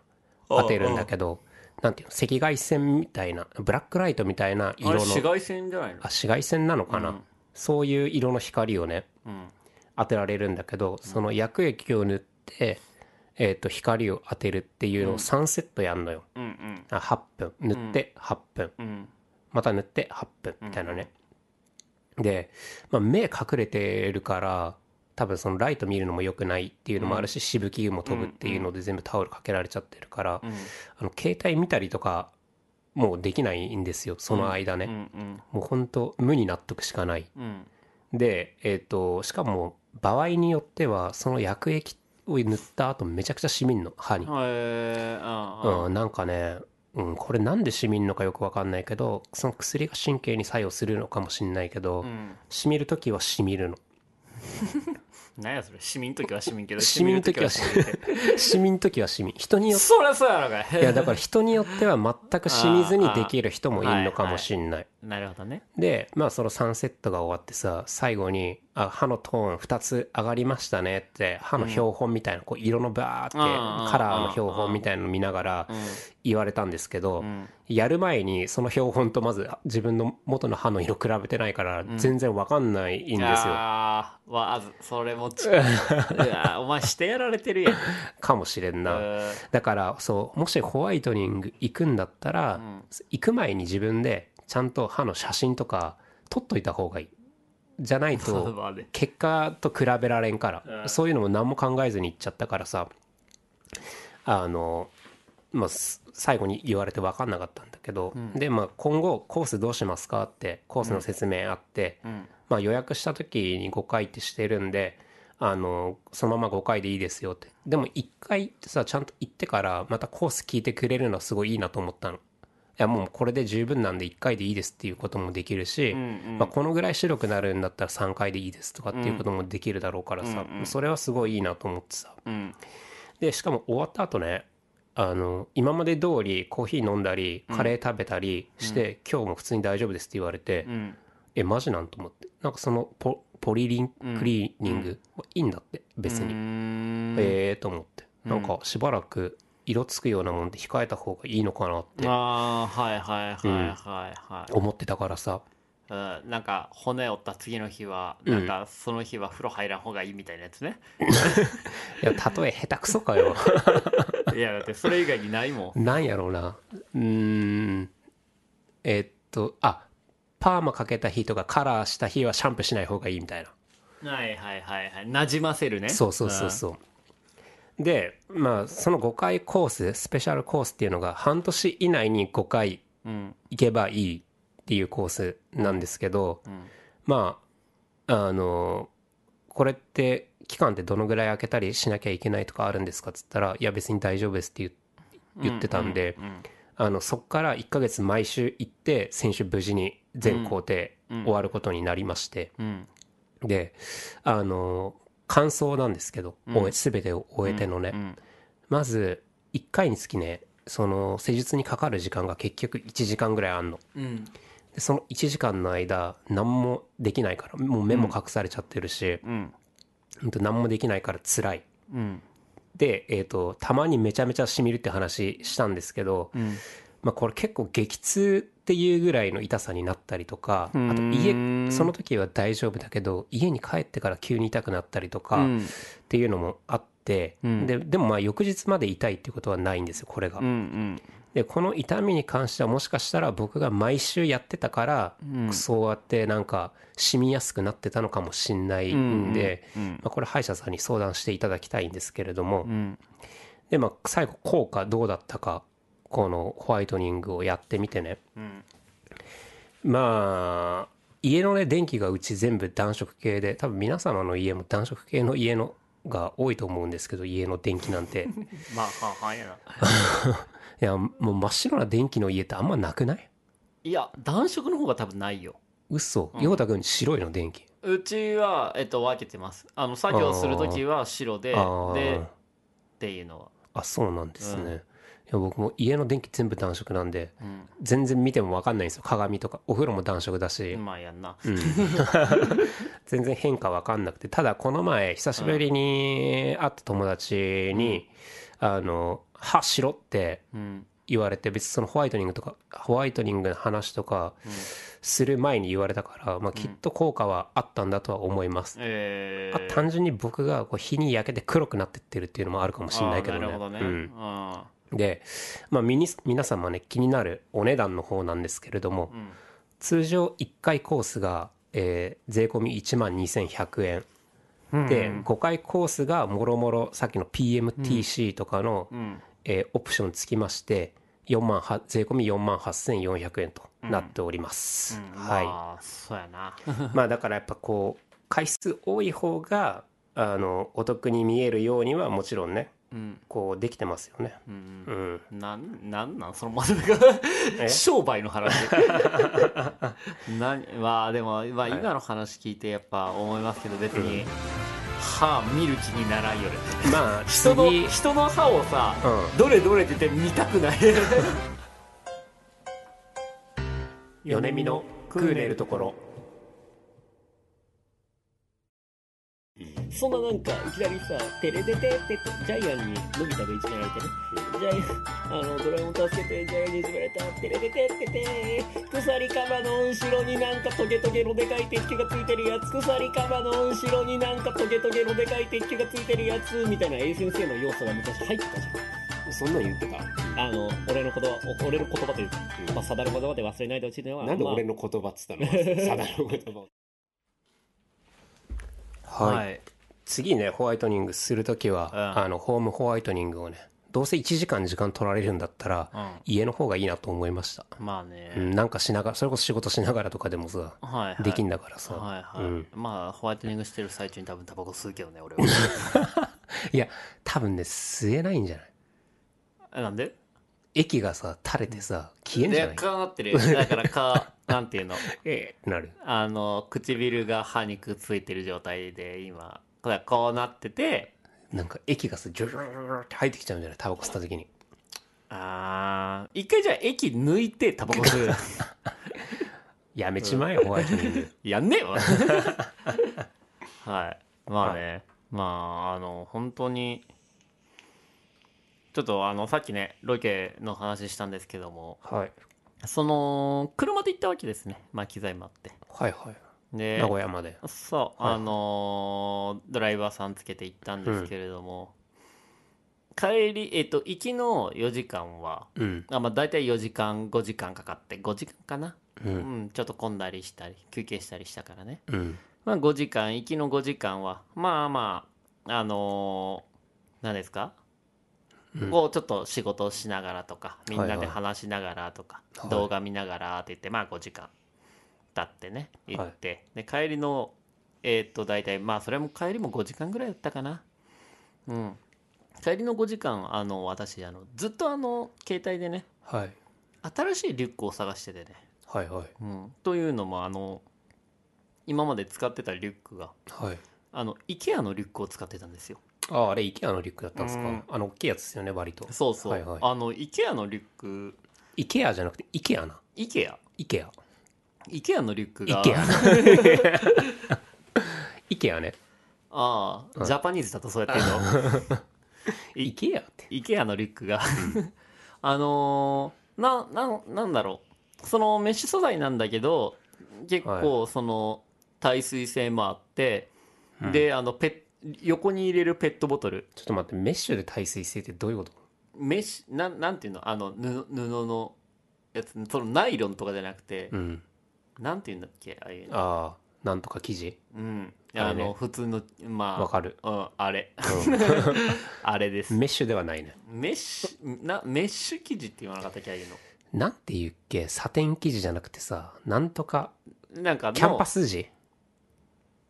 Speaker 1: 当てるんだけどなんていうの赤外線みたいなブラックライトみたいな
Speaker 3: ーあ
Speaker 1: 色
Speaker 3: れ
Speaker 1: の
Speaker 3: 紫外線じゃないの
Speaker 1: あ紫外線なのかな、
Speaker 3: うん
Speaker 1: そういう色の光をね
Speaker 3: うん
Speaker 1: 当てられるんだけどその薬液を塗って、えー、と光を当てるっていうのを3セットやんのよ、
Speaker 3: うん
Speaker 1: あ8分塗って8分、
Speaker 3: うんうん
Speaker 1: また塗って8分みたいなね、で、まあ、目隠れてるから多分そのライト見るのも良くないっていうのもあるし、しぶきも飛ぶっていうので全部タオルかけられちゃってるから、
Speaker 3: うん
Speaker 1: あの携帯見たりとかもうできないんですよその間ね、
Speaker 3: うんうん
Speaker 1: もうほんと無に納得しかない
Speaker 3: うん
Speaker 1: でえっ、としかも場合によってはその薬液を塗った後めちゃくちゃしみんの歯に、
Speaker 3: へーあー
Speaker 1: うん、なんかね、うん、これなんでしみんのかよくわかんないけどその薬が神経に作用するのかもしんないけど、
Speaker 3: うん
Speaker 1: しみる時はしみるの
Speaker 3: 何やそれ市民の時は市民けど
Speaker 1: 市民の時は
Speaker 3: 市民の時 は市民
Speaker 1: しみん時はしみん人によっ
Speaker 3: そりゃそうやろか
Speaker 1: ていやだから人によっては全くしみずにできる人もいるのかもしんない
Speaker 3: なるほどね
Speaker 1: でまあその3セットが終わってさ最後にあ歯のトーン2つ上がりましたねって歯の標本みたいな、こう色のバーって
Speaker 3: あー
Speaker 1: カラーの標本みたいなの見ながら言われたんですけど、
Speaker 3: ん
Speaker 1: やる前にその標本とまず自分の元の歯の色比べてないから全然わかんないんですよ、
Speaker 3: ああわあずそれもちうわお前してやられてるやん
Speaker 1: かもしれんな。
Speaker 3: うん
Speaker 1: だからそうもしホワイトニング行くんだったら、行く前に自分でちゃんと歯の写真とか撮っといた方がいいじゃない
Speaker 3: まあ
Speaker 1: と
Speaker 3: ね
Speaker 1: 結果と比べられんから、
Speaker 3: うん
Speaker 1: そういうのも何も考えずに行っちゃったからさあの、まあ、す最後に言われて分かんなかったんだけど、で、まあ、今後コースどうしますかってコースの説明あって、
Speaker 3: ん
Speaker 1: まあ、予約した時に5回ってしてるんであのそのまま5回でいいですよってでも1回ってさちゃんと行ってからまたコース聞いてくれるのはすごいいいなと思ったのいやもうこれで十分なんで1回でいいですっていうこともできるし、まあ、このぐらい白くなるんだったら3回でいいですとかっていうこともできるだろうからさ、それはすごいいいなと思ってさ
Speaker 3: うん
Speaker 1: でしかも終わった後ねあの今まで通りコーヒー飲んだりカレー食べたりして、今日も普通に大丈夫ですって言われて、
Speaker 3: うん
Speaker 1: えマジなんと思ってなんかそのポポリリン
Speaker 3: うん
Speaker 1: クリーニング、いいんだって別に、
Speaker 3: うーん
Speaker 1: ええと思ってなんかしばらく色つくようなもんで控えた方がいいのかなって
Speaker 3: ああはいはいはいはいはい、
Speaker 1: 思ってたからさ
Speaker 3: うん、なんか骨折った次の日は
Speaker 1: うん
Speaker 3: なんかその日は風呂入らん方がいいみたいなやつね、
Speaker 1: いやたとえ下手くそかよ
Speaker 3: いやだってそれ以外にないもん
Speaker 1: なんやろうなうーんえっとあパーマかけた日とかカラーした日はシャンプーしない方がいいみたいな
Speaker 3: はいはいはいはいなじませるね
Speaker 1: そうそうそうそうでまあその5回コーススペシャルコースっていうのが半年以内に5回
Speaker 3: うん、うん
Speaker 1: 行けばいいっていうコースなんですけど、
Speaker 3: うん
Speaker 1: まああのこれって期間ってどのぐらい空けたりしなきゃいけないとかあるんですかっつったらいや別に大丈夫ですって言って言ってたんで
Speaker 3: うん
Speaker 1: あのそっから1ヶ月毎週行って選手無事に全工程
Speaker 3: うん
Speaker 1: 終わることになりまして、
Speaker 3: うん
Speaker 1: であの感想なんですけど、
Speaker 3: うん
Speaker 1: 終え全てを終えてのね、
Speaker 3: うん
Speaker 1: まず1回につきねその施術にかかる時間が結局1時間ぐらいあんの
Speaker 3: うん
Speaker 1: でその1時間の間何もできないからもう目も隠されちゃってるし、
Speaker 3: うん
Speaker 1: ほんと何もできないから辛い
Speaker 3: うん
Speaker 1: で、えー、とたまにめちゃめちゃしみるって話したんですけど、
Speaker 3: うん
Speaker 1: まあ、これ結構激痛っていうぐらいの痛さになったりとか
Speaker 3: うーん
Speaker 1: あと家その時は大丈夫だけど家に帰ってから急に痛くなったりとか
Speaker 3: うん
Speaker 1: っていうのもあって、
Speaker 3: うん
Speaker 1: ででもまあ翌日まで痛いっていうことはないんですよこれが。
Speaker 3: うんうん
Speaker 1: でこの痛みに関してはもしかしたら僕が毎週やってたから、
Speaker 3: うん
Speaker 1: そうやってなんか染みやすくなってたのかもしんないんで、
Speaker 3: うん
Speaker 1: まあ、これ歯医者さんに相談していただきたいんですけれども、
Speaker 3: うん
Speaker 1: でまあ最後効果どうだったかこのホワイトニングをやってみてね
Speaker 3: うん
Speaker 1: まあ家のね電気がうち全部暖色系で多分皆様の家も暖色系の家のが多いと思うんですけど家の電気なん て
Speaker 3: まあ半々やない
Speaker 1: やもう真っ白な電気の家ってあんまなくない
Speaker 3: いや暖色の方が多分ないよ
Speaker 1: 嘘
Speaker 3: うん
Speaker 1: 陽太君白いの電気
Speaker 3: うちは、えっと、分けてますあの作業する時は白で
Speaker 1: あー
Speaker 3: でっていうのは、
Speaker 1: あそうなんですね、
Speaker 3: うん
Speaker 1: いや僕も家の電気全部暖色なんで
Speaker 3: うん、
Speaker 1: 全然見ても分かんないんですよ鏡とかお風呂も暖色だし、
Speaker 3: 今やんな
Speaker 1: うん全然変化わかんなくてただこの前久しぶりに会った友達に「あの歯しろ」って
Speaker 3: うん
Speaker 1: 言われて別にそのホワイトニングとかホワイトニングの話とか
Speaker 3: うん
Speaker 1: する前に言われたから、まあ、きっと効果はあったんだとは思います、
Speaker 3: え
Speaker 1: あ
Speaker 3: ー、
Speaker 1: 単純に僕がこう日に焼けて黒くなってってるっていうのもあるかもしれないけどね
Speaker 3: あーるほどね、
Speaker 1: うんで、まあ、みに皆様ね気になるお値段の方なんですけれども、
Speaker 3: うん
Speaker 1: 通常1回コースが、えー税込み1万2100円
Speaker 3: うん
Speaker 1: で、
Speaker 3: うん
Speaker 1: 5回コースがもろもろさっきの PMTC とかの、
Speaker 3: うん
Speaker 1: えーオプションつきまして4万は税込み4万8400円となっております、
Speaker 3: うん
Speaker 1: はい、
Speaker 3: まあそうやな
Speaker 1: まあだからや っぱこう回数多い方があのお得に見えるようにはもちろんね
Speaker 3: うん
Speaker 1: こうできてますよね
Speaker 3: う
Speaker 1: うんん
Speaker 3: なんなんなんそのまとめ方
Speaker 1: え
Speaker 3: 商売の 話なまあでも、まあ、
Speaker 1: い
Speaker 3: 今の話聞いてやっぱ思いますけど別に、歯見る気にならんよね
Speaker 1: まあ
Speaker 3: 人の
Speaker 1: 次
Speaker 3: 人の歯をさ、
Speaker 1: う
Speaker 3: どれどれって言って見たくない
Speaker 1: 米見のクーネルところ
Speaker 5: そんななんか、いきなりさ、テレテテテジャイアンにのび太がいじめられてね。ジャイアン、あの、ドラえもん助けて、ジャイアンにいじめられた。テレテテテテ鎖カバの後ろになんかトゲトゲのでかい鉄球がついてるやつ。鎖カバの後ろになんかトゲトゲのでかい鉄球がついてるやつ。みたいな A 先生の要素が昔入ってたじ
Speaker 1: そんなん言ってた
Speaker 5: ゃん。あの、俺の言葉、お俺の言葉というか、まあ、定の言葉で忘れないでほしいのは、まあ
Speaker 4: の言葉っつったのサダの言葉
Speaker 1: はい次ねホワイトニングする時は、
Speaker 3: うん
Speaker 1: あのホームホワイトニングをねどうせ1時間時間取られるんだったら、
Speaker 3: う
Speaker 1: 家の方がいいなと思いました、
Speaker 3: ん、まあ
Speaker 1: う
Speaker 3: ね、
Speaker 1: ん、なんかしながらそれこそ仕事しながらとかでもさ
Speaker 3: はいはい
Speaker 1: できんだからさ、
Speaker 3: はいはい、
Speaker 1: うん
Speaker 3: まあホワイトニングしてる最中に多分タバコ吸うけどね 俺は
Speaker 1: いや多分ね吸えないんじゃない
Speaker 3: えなんで
Speaker 1: 液がさ垂れてさ消えんじゃない
Speaker 3: でかなってるよだからかなんていうの
Speaker 1: ええなる
Speaker 3: あの唇が歯にくっついてる状態で今これこうなってて
Speaker 1: なんか液がさジュルルルルルって入ってきちゃうんじゃないタバコ吸った時に
Speaker 3: あー一回じゃあ液抜いてタバコ吸う
Speaker 1: やめちまえよホワイトニング
Speaker 3: やん ねえわはいまあね、まああの本当にちょっとあのさっきねロケの話したんですけども
Speaker 1: はい
Speaker 3: その車で行ったわけですねまあ機材もあって
Speaker 1: はいはい、
Speaker 3: で
Speaker 1: 名古屋まで
Speaker 3: そう、
Speaker 1: はい
Speaker 3: あのードライバーさんつけて行ったんですけれども、帰りえっ、と行きの4時間は
Speaker 1: うん
Speaker 3: あまあ大体4時間5時間かかって5時間かな
Speaker 1: う
Speaker 3: うんん、ちょっと混んだりしたり休憩したりしたからね
Speaker 1: うん
Speaker 3: まあ5時間行きの5時間はまあまああのー何ですか、
Speaker 1: うん
Speaker 3: をちょっと仕事をしながらとかみん
Speaker 1: は
Speaker 3: ない
Speaker 1: は
Speaker 3: で
Speaker 1: い
Speaker 3: 話しながらとか、
Speaker 1: はい
Speaker 3: 動画見ながらって言ってまあ5時間経ってね行って、で帰りのえーっと大体まあそれも帰りも5時間ぐらいだったかなうん帰りの5時間あの私あのずっとあの携帯でね
Speaker 1: はい
Speaker 3: 新しいリュックを探しててね
Speaker 1: はいはい
Speaker 3: うん、というのもあの今まで使ってたリュックが
Speaker 1: はい
Speaker 3: あの IKEA のリュックを使ってたんですよ
Speaker 1: あああれ IKEA のリュックだったんですか、
Speaker 3: うん
Speaker 1: あの大きいやつですよね割と
Speaker 3: そうそう、
Speaker 1: はいはい
Speaker 3: あの IKEA のリュック
Speaker 1: IKEA じゃなくて IKEA な
Speaker 3: IKEA
Speaker 1: IKEA
Speaker 3: IKEA のリュックが
Speaker 1: IKEA ね
Speaker 3: ああ、
Speaker 1: はい
Speaker 3: ジャパニーズだとそうやっ てるのい
Speaker 1: IKEA って
Speaker 3: IKEA のリュックが あのーなななんだろうそのメッシュ素材なんだけど結構その耐水性もあって、
Speaker 1: うん
Speaker 3: であのペッ横に入れるペットボトル
Speaker 1: ちょっと待ってメッシュで耐水性ってどういうこと
Speaker 3: メッシュなんなんていうのあの布布のやつそのナイロンとかじゃなくて、
Speaker 1: うん
Speaker 3: なんていうんだっけああいうの
Speaker 1: ああなんとか生地
Speaker 3: うん
Speaker 1: あれ
Speaker 3: あの
Speaker 1: ね
Speaker 3: 普通のまあ
Speaker 1: わかる、
Speaker 3: うん、あれ
Speaker 1: う
Speaker 3: あれです
Speaker 1: ん、
Speaker 3: メ
Speaker 1: メッシュではないね
Speaker 3: ッシュなメッシュ生地って言わなかったっけああいう
Speaker 1: なんて言うっけサテン生地じゃなくてさなんとか
Speaker 3: のなんかの
Speaker 1: キャンパス地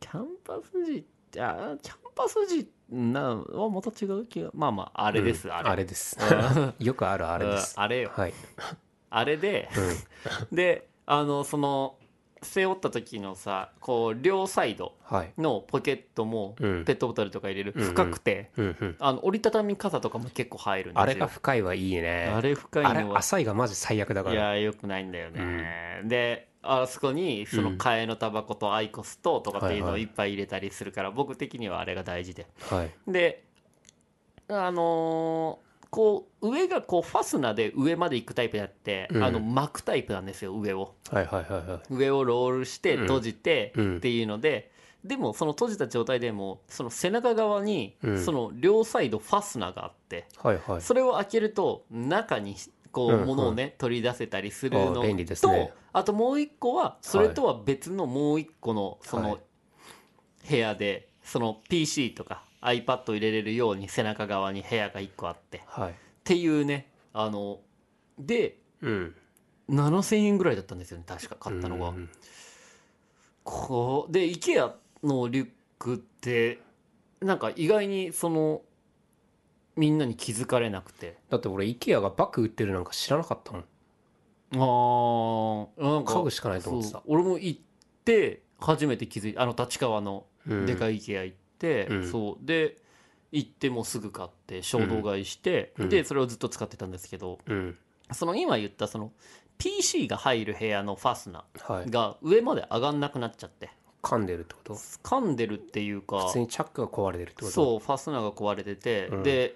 Speaker 3: キャンパス地ってあキャンパス地なはまた違う気がまあまああれです、
Speaker 1: うん
Speaker 3: あれ
Speaker 1: あれです よくあるあ
Speaker 3: あ
Speaker 1: れです
Speaker 3: あれよ
Speaker 1: はい
Speaker 3: あれ で、であのその背負った時のさこう両サイド
Speaker 1: はい
Speaker 3: のポケットもペ
Speaker 1: うん
Speaker 3: ットボトルとか入れる
Speaker 1: うんうん
Speaker 3: 深くて、
Speaker 1: うんうん
Speaker 3: あの折りたたみ傘とかも結構入るんですよ
Speaker 1: あれが深いはいいね
Speaker 3: あれ深い
Speaker 1: あれ
Speaker 3: のは
Speaker 1: 浅いがマジ最悪だか
Speaker 3: い
Speaker 1: ら
Speaker 3: やよくないんだよね、であそこにそうの
Speaker 1: ん
Speaker 3: 替えのタバコとアイコスととかっていうの
Speaker 1: はいは
Speaker 3: を
Speaker 1: い
Speaker 3: いっぱい入れたりするから、僕的にはあれが大事で
Speaker 1: はい
Speaker 3: であのーこう上がこうファスナーで上まで行くタイプやって、
Speaker 1: うん
Speaker 3: あの巻くタイプなんですよ上を
Speaker 1: はいはいはいはい
Speaker 3: 上をロールして
Speaker 1: うん
Speaker 3: 閉じて
Speaker 1: うん
Speaker 3: っていうので、でもその閉じた状態でもその背中側に
Speaker 1: うん
Speaker 3: その両サイドファスナーがあって、
Speaker 1: はいはい
Speaker 3: それを開けると中にこ
Speaker 1: うん
Speaker 3: う物をね、取り出せたりするの
Speaker 1: あ
Speaker 3: と
Speaker 1: ー便利ですね
Speaker 3: あともう一個はそれとは別のもう一個のそ
Speaker 1: は
Speaker 3: の
Speaker 1: い
Speaker 3: 部屋でその PC とか iPad を入れれるように背中側に部屋が一個あってっ
Speaker 1: はい
Speaker 3: ていうねあので
Speaker 1: うん
Speaker 3: 7000円ぐらいだったんですよね確か買ったのが。
Speaker 1: うん
Speaker 3: こうで IKEA のリュックってなんか意外にそのみんなに気づかれなくて
Speaker 1: だって俺 IKEA がバッグ売ってるなんか知らなかったもん
Speaker 3: あーなんか
Speaker 1: 家具しかないと思って
Speaker 3: そう
Speaker 1: た
Speaker 3: 俺も行って初めて気づいあの立川の
Speaker 1: うん
Speaker 3: でかい IKEA 行って、
Speaker 1: うん
Speaker 3: そうで行ってもうすぐ買って衝動買いして、
Speaker 1: うん
Speaker 3: でそれをずっと使ってたんですけど
Speaker 1: うん
Speaker 3: その今言ったその PC が入る部屋のファスナ
Speaker 1: はい
Speaker 3: ーが上まで上がんなくなっちゃって
Speaker 1: 噛んでるってこと
Speaker 3: 噛んでるっていうか
Speaker 1: 普通にチャックが壊れてるってこと
Speaker 3: そうファスナーが壊れてて、
Speaker 1: うん
Speaker 3: で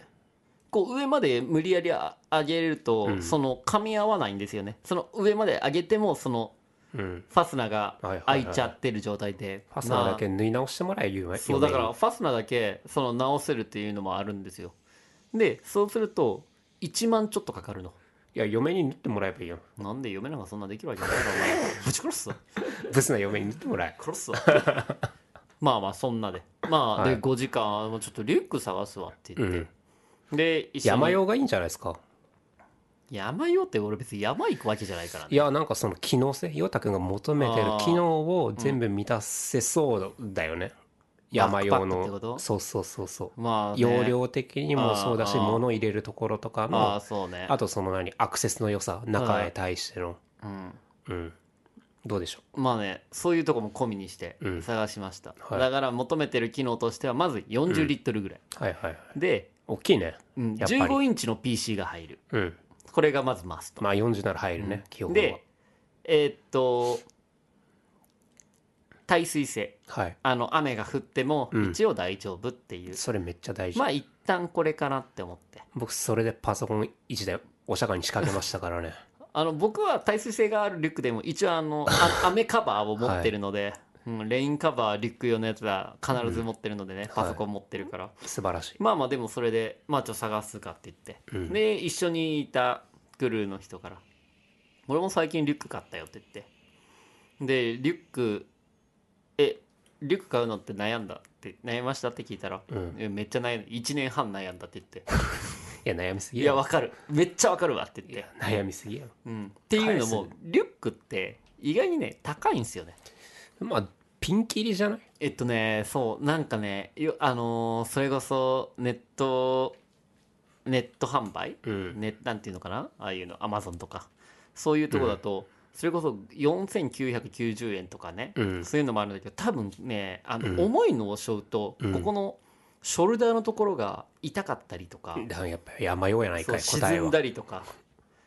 Speaker 3: こう上まで無理やりあ上げると、
Speaker 1: うん
Speaker 3: その噛み合わないんですよねその上まで上げてもその
Speaker 1: ううん
Speaker 3: ファスナーが
Speaker 1: はいはいはい
Speaker 3: 開いちゃってる状態で、
Speaker 1: ファスナーだけ
Speaker 3: ま
Speaker 1: 縫い直してもらえ言うわ
Speaker 3: あそうだからファスナーだけその直せるっていうのもあるんですよでそうすると1万ちょっとかかるの
Speaker 1: いや嫁に縫ってもらえばいい よ
Speaker 3: なんで嫁なんかそんなできるわけないだろお前ぶち殺すぞ
Speaker 1: ブスな嫁に縫ってもらえ
Speaker 3: 殺 すわまあまあそんなでまあ、
Speaker 1: は
Speaker 3: で
Speaker 1: い
Speaker 3: 5時間もうちょっとリュック探すわって
Speaker 1: う
Speaker 3: 言って
Speaker 1: ん、
Speaker 3: で一緒に
Speaker 1: 山用がいいんじゃないですか
Speaker 3: 山用って俺別に山行くわけじゃないから
Speaker 1: い
Speaker 3: ね
Speaker 1: やなんかその機能性ヨタ君が求めてる機能を全部満たせそうだよね、山用
Speaker 3: バックパックってこと
Speaker 1: のそうそうそうそう、
Speaker 3: まあ、ね、
Speaker 1: 容量的にもそうだし
Speaker 3: あー
Speaker 1: 物入れるところとか
Speaker 3: ああ
Speaker 1: の
Speaker 3: そうね
Speaker 1: あとその何アクセスの良さ中へ対しての
Speaker 3: うん
Speaker 1: うんどうでしょ
Speaker 3: まあねそういうとこも込みにして
Speaker 1: うん
Speaker 3: 探しました、
Speaker 1: はい
Speaker 3: だから求めてる機能としてはまず40リットルぐらい、
Speaker 1: うはいはいはい
Speaker 3: で、
Speaker 1: 大きいね
Speaker 3: うん、
Speaker 1: やっぱり
Speaker 3: 15インチの PC が入る
Speaker 1: うん
Speaker 3: これがまずマスト、
Speaker 1: まあ40なら入るね、基本は
Speaker 3: でえーっと耐水性
Speaker 1: はい
Speaker 3: あの雨が降っても
Speaker 1: うん
Speaker 3: 一応大丈夫っていう、
Speaker 1: それめっちゃ大事、
Speaker 3: まあ一旦これかなって思って
Speaker 1: 僕それでパソコン1台お釈迦に仕掛けました からね
Speaker 3: あの僕は耐水性があるリュックでも一応あのあ雨カバーを持ってるので、うん、レインカバーリュック用のやつは必ず持ってるのでね、パソコン持ってるから、
Speaker 1: 素晴らしい。
Speaker 3: まあまあでもそれでまあちょっと探すかって言って、
Speaker 1: うん
Speaker 3: で一緒にいたクルーの人から「俺も最近リュック買ったよ」って言ってでリュックえリュック買うのって悩んだって悩みましたって聞いたら、
Speaker 1: うん
Speaker 3: えめっちゃ悩ん1年半悩んだって言って
Speaker 1: いや、悩みす
Speaker 3: 「
Speaker 1: ぎ
Speaker 3: いや
Speaker 1: や
Speaker 3: わかるめっちゃわかるわ」って
Speaker 1: い
Speaker 3: 言っ
Speaker 1: や
Speaker 3: て、、
Speaker 1: 悩みすぎやろ
Speaker 3: うん、っていうのも
Speaker 1: 返す
Speaker 3: リュックって意外にね高いんですよね
Speaker 1: まあ、ピンキリじゃない
Speaker 3: えっとねそうなんかねよあのーそれこそネットネット販売
Speaker 1: うん。
Speaker 3: ね、なんていうのかなああいうのアマゾンとかそういうとこだと、それこそ4990円とかね、
Speaker 1: うん。
Speaker 3: そういうのもあるんだけど多分ねあの、
Speaker 1: うん
Speaker 3: 重いのを背負うと、
Speaker 1: うん
Speaker 3: ここのショルダーのところが痛かったりとか、
Speaker 1: だからやっぱり山ようやない
Speaker 3: そ
Speaker 1: か
Speaker 3: う
Speaker 1: い、答え
Speaker 3: 沈ん
Speaker 1: は。
Speaker 3: だりとか、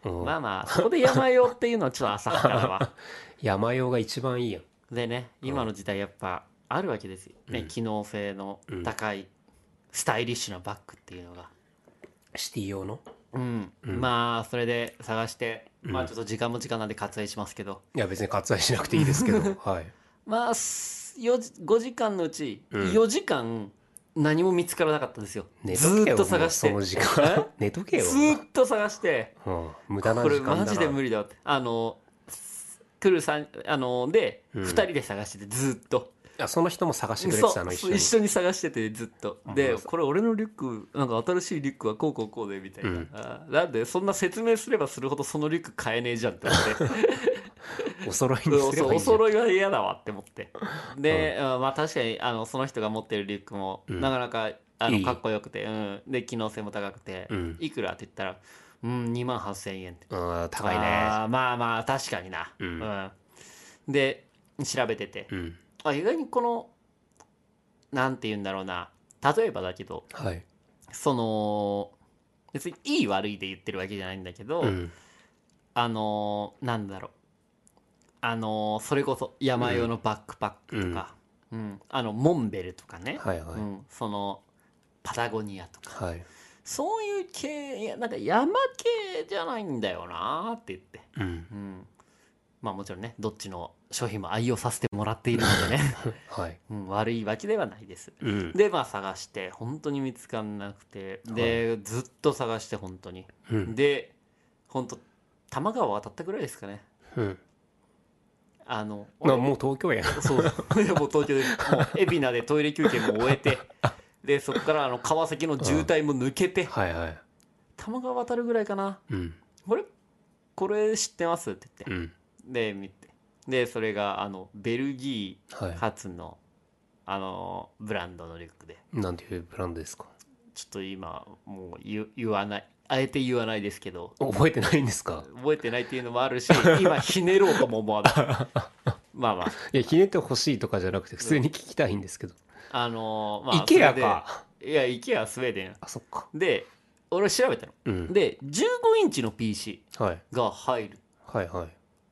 Speaker 1: うん
Speaker 3: まあまあそこで山用っていうのはちょっと浅はかだわ
Speaker 1: 山用が一番いいやん。
Speaker 3: でね今の時代やっぱあるわけですよ、ね
Speaker 1: うん
Speaker 3: 機能性の高いスタイリッシュなバッグっていうのが。
Speaker 1: シティ用の。
Speaker 3: うん
Speaker 1: うん
Speaker 3: まあそれで探して、
Speaker 1: うん
Speaker 3: まあちょっと時間も時間なんで割愛しますけど
Speaker 1: いや、別に割愛しなくていいですけど。 はい。
Speaker 3: まあす4時5時間のうち
Speaker 1: うん
Speaker 3: 4時間何も見つからなかったんですよ、
Speaker 1: 寝
Speaker 3: ず
Speaker 1: とけよ
Speaker 3: ーっと探して
Speaker 1: もうその時
Speaker 3: え
Speaker 1: 間。 寝とけよ。
Speaker 3: ずーっと探して
Speaker 1: うん。無駄な
Speaker 3: これ
Speaker 1: 時間だな。
Speaker 3: マジで無理だわってあの来るさんあので、
Speaker 1: う
Speaker 3: 二
Speaker 1: ん
Speaker 3: 2人で探しててずーっと
Speaker 1: あその人も探してくれてたの、一緒
Speaker 3: そう
Speaker 1: に。
Speaker 3: 一緒に探しててずっと
Speaker 1: う
Speaker 3: で
Speaker 1: ん
Speaker 3: これ俺のリュックなんか新しいリュックはこうこうこうでみたいな、
Speaker 1: うん
Speaker 3: あーなんでそんな説明すればするほどそのリュック買えねえじゃんって思って
Speaker 1: お揃いにすればいいじゃ
Speaker 3: そ
Speaker 1: ん
Speaker 3: うお揃いは嫌だわって思ってで、うんまあ確かにあのその人が持ってるリュックも、
Speaker 1: うん
Speaker 3: なかなかあの
Speaker 1: いい
Speaker 3: かっこよくてうん、で機能性も高くて、
Speaker 1: うん
Speaker 3: いくらって言ったらうん2万8000円って
Speaker 1: うん、高いね。
Speaker 3: あーまあまあ確かにな、
Speaker 1: うん
Speaker 3: うんで調べてて、
Speaker 1: うん。
Speaker 3: あ意外にこのなんて言うんだろうな例えばだけど
Speaker 1: はい。
Speaker 3: その別にいい悪いで言ってるわけじゃないんだけど、
Speaker 1: うん。
Speaker 3: あのーなんだろうあのーそれこそ山用のバックパックとか、うんあのモンベルとかね、
Speaker 1: はいうは
Speaker 3: ん、そのパタゴニアとか
Speaker 1: い。はい。
Speaker 3: そういう系いやなんか山系じゃないんだよなーって言って、
Speaker 1: うん。
Speaker 3: うん、まあもちろんねどっちの商品も愛用させてもらっているのでね、
Speaker 1: はい。
Speaker 3: うん、悪いわけではないです
Speaker 1: うん。
Speaker 3: でまあ探して本当に見つかんなくてで、ずっと探して本当に
Speaker 1: うん。
Speaker 3: で本当多摩川渡ったぐらいですかね
Speaker 1: うん。
Speaker 3: あの、
Speaker 1: まあもう東京やん。
Speaker 3: そう いやもう東京で、もう海老名でトイレ休憩も終え て、で、そこからあの川崎の渋滞も抜けて、
Speaker 1: はいはい。
Speaker 3: 多摩川渡るぐらいかな、
Speaker 1: うん。
Speaker 3: これ、これ知ってますって言
Speaker 1: う
Speaker 3: っ
Speaker 1: ん。
Speaker 3: て、で、見て、で、それが、あの、ベルギ
Speaker 1: は
Speaker 3: ー発の、あの、ブランドのリュックで、
Speaker 1: い。なんていうブランドですか
Speaker 3: ちょっと今、もう言う言わない、あえて言わないですけど、
Speaker 1: 覚えてないんですか
Speaker 3: 覚えてないっていうのもある し、今、ひねろうとも思わない。まあまあ、
Speaker 1: いや、ひねってほしいとかじゃなくて、普通に聞きたいんですけど。
Speaker 3: あのまあ、
Speaker 1: IKEA か。
Speaker 3: それで。いや、イケアスウェーデン。
Speaker 1: あ、そっか。
Speaker 3: で俺調べたの
Speaker 1: うん。
Speaker 3: で15インチの PC
Speaker 1: はい。
Speaker 3: が入る
Speaker 1: はいはい。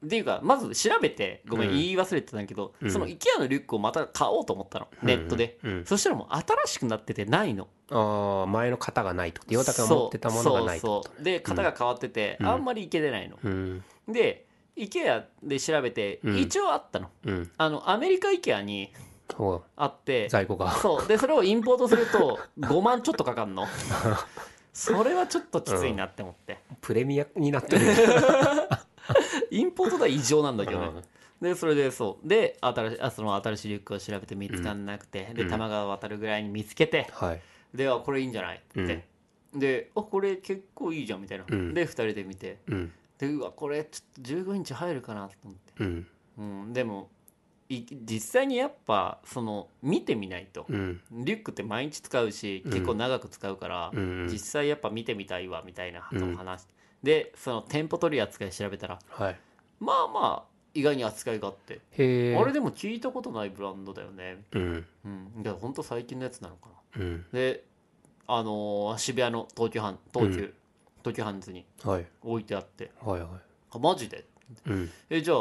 Speaker 3: っていうかまず調べてごめん
Speaker 1: うん
Speaker 3: 言い忘れてたんだけど、
Speaker 1: うん
Speaker 3: その IKEA のリュックをまた買おうと思ったの、ネットで、
Speaker 1: うん。うん
Speaker 3: そしたらもう新しくなっててないの
Speaker 1: ああ、前の型がないってこと。ヨタが持ってたものがないって
Speaker 3: そう
Speaker 1: こ
Speaker 3: そうそうで型が変わってて、
Speaker 1: うん
Speaker 3: あんまりいけてないの、
Speaker 1: と。うん。
Speaker 3: で IKEA で調べて、
Speaker 1: うん
Speaker 3: 一応あったの
Speaker 1: うん。
Speaker 3: あのアメリカ IKEA に
Speaker 1: お
Speaker 3: あって
Speaker 1: 在庫が。
Speaker 3: そうでそれをインポートすると5万ちょっとか かんのそれはちょっときついなって思って、
Speaker 1: プレミアになってる。
Speaker 3: インポートとは異常なんだけどね、でそれでそうで新しあその新しいリュックを調べて見つかんなくて、で
Speaker 1: うん
Speaker 3: 多摩川渡るぐらいに見つけて、
Speaker 1: はい。
Speaker 3: であこれいいんじゃないって、であこれ結構いいじゃんみたいな、
Speaker 1: うん
Speaker 3: で2人で見て
Speaker 1: うん。
Speaker 3: でうわこれちょっと15インチ入るかなと思って、
Speaker 1: うん。
Speaker 3: うん、でもい実際にやっぱその見てみないと、
Speaker 1: うん。
Speaker 3: リュックって毎日使うし
Speaker 1: うん
Speaker 3: 結構長く使うから、
Speaker 1: うん。
Speaker 3: 実際やっぱ見てみたいわみたいな話、
Speaker 1: うん
Speaker 3: でその店舗取り扱い調べたら
Speaker 1: はい。
Speaker 3: まあまあ意外に扱いがあって
Speaker 1: へえ。
Speaker 3: あれでも聞いたことないブランドだよね。
Speaker 1: うん。
Speaker 3: うん。で、ほんと最近のやつなのか
Speaker 1: うん。
Speaker 3: な。で、あのー渋谷の東急ハン、東急、東急ハンズに
Speaker 1: はい。
Speaker 3: 置いてあって、
Speaker 1: はいは
Speaker 3: あ、マジで
Speaker 1: い。うん。
Speaker 3: え、じゃあ、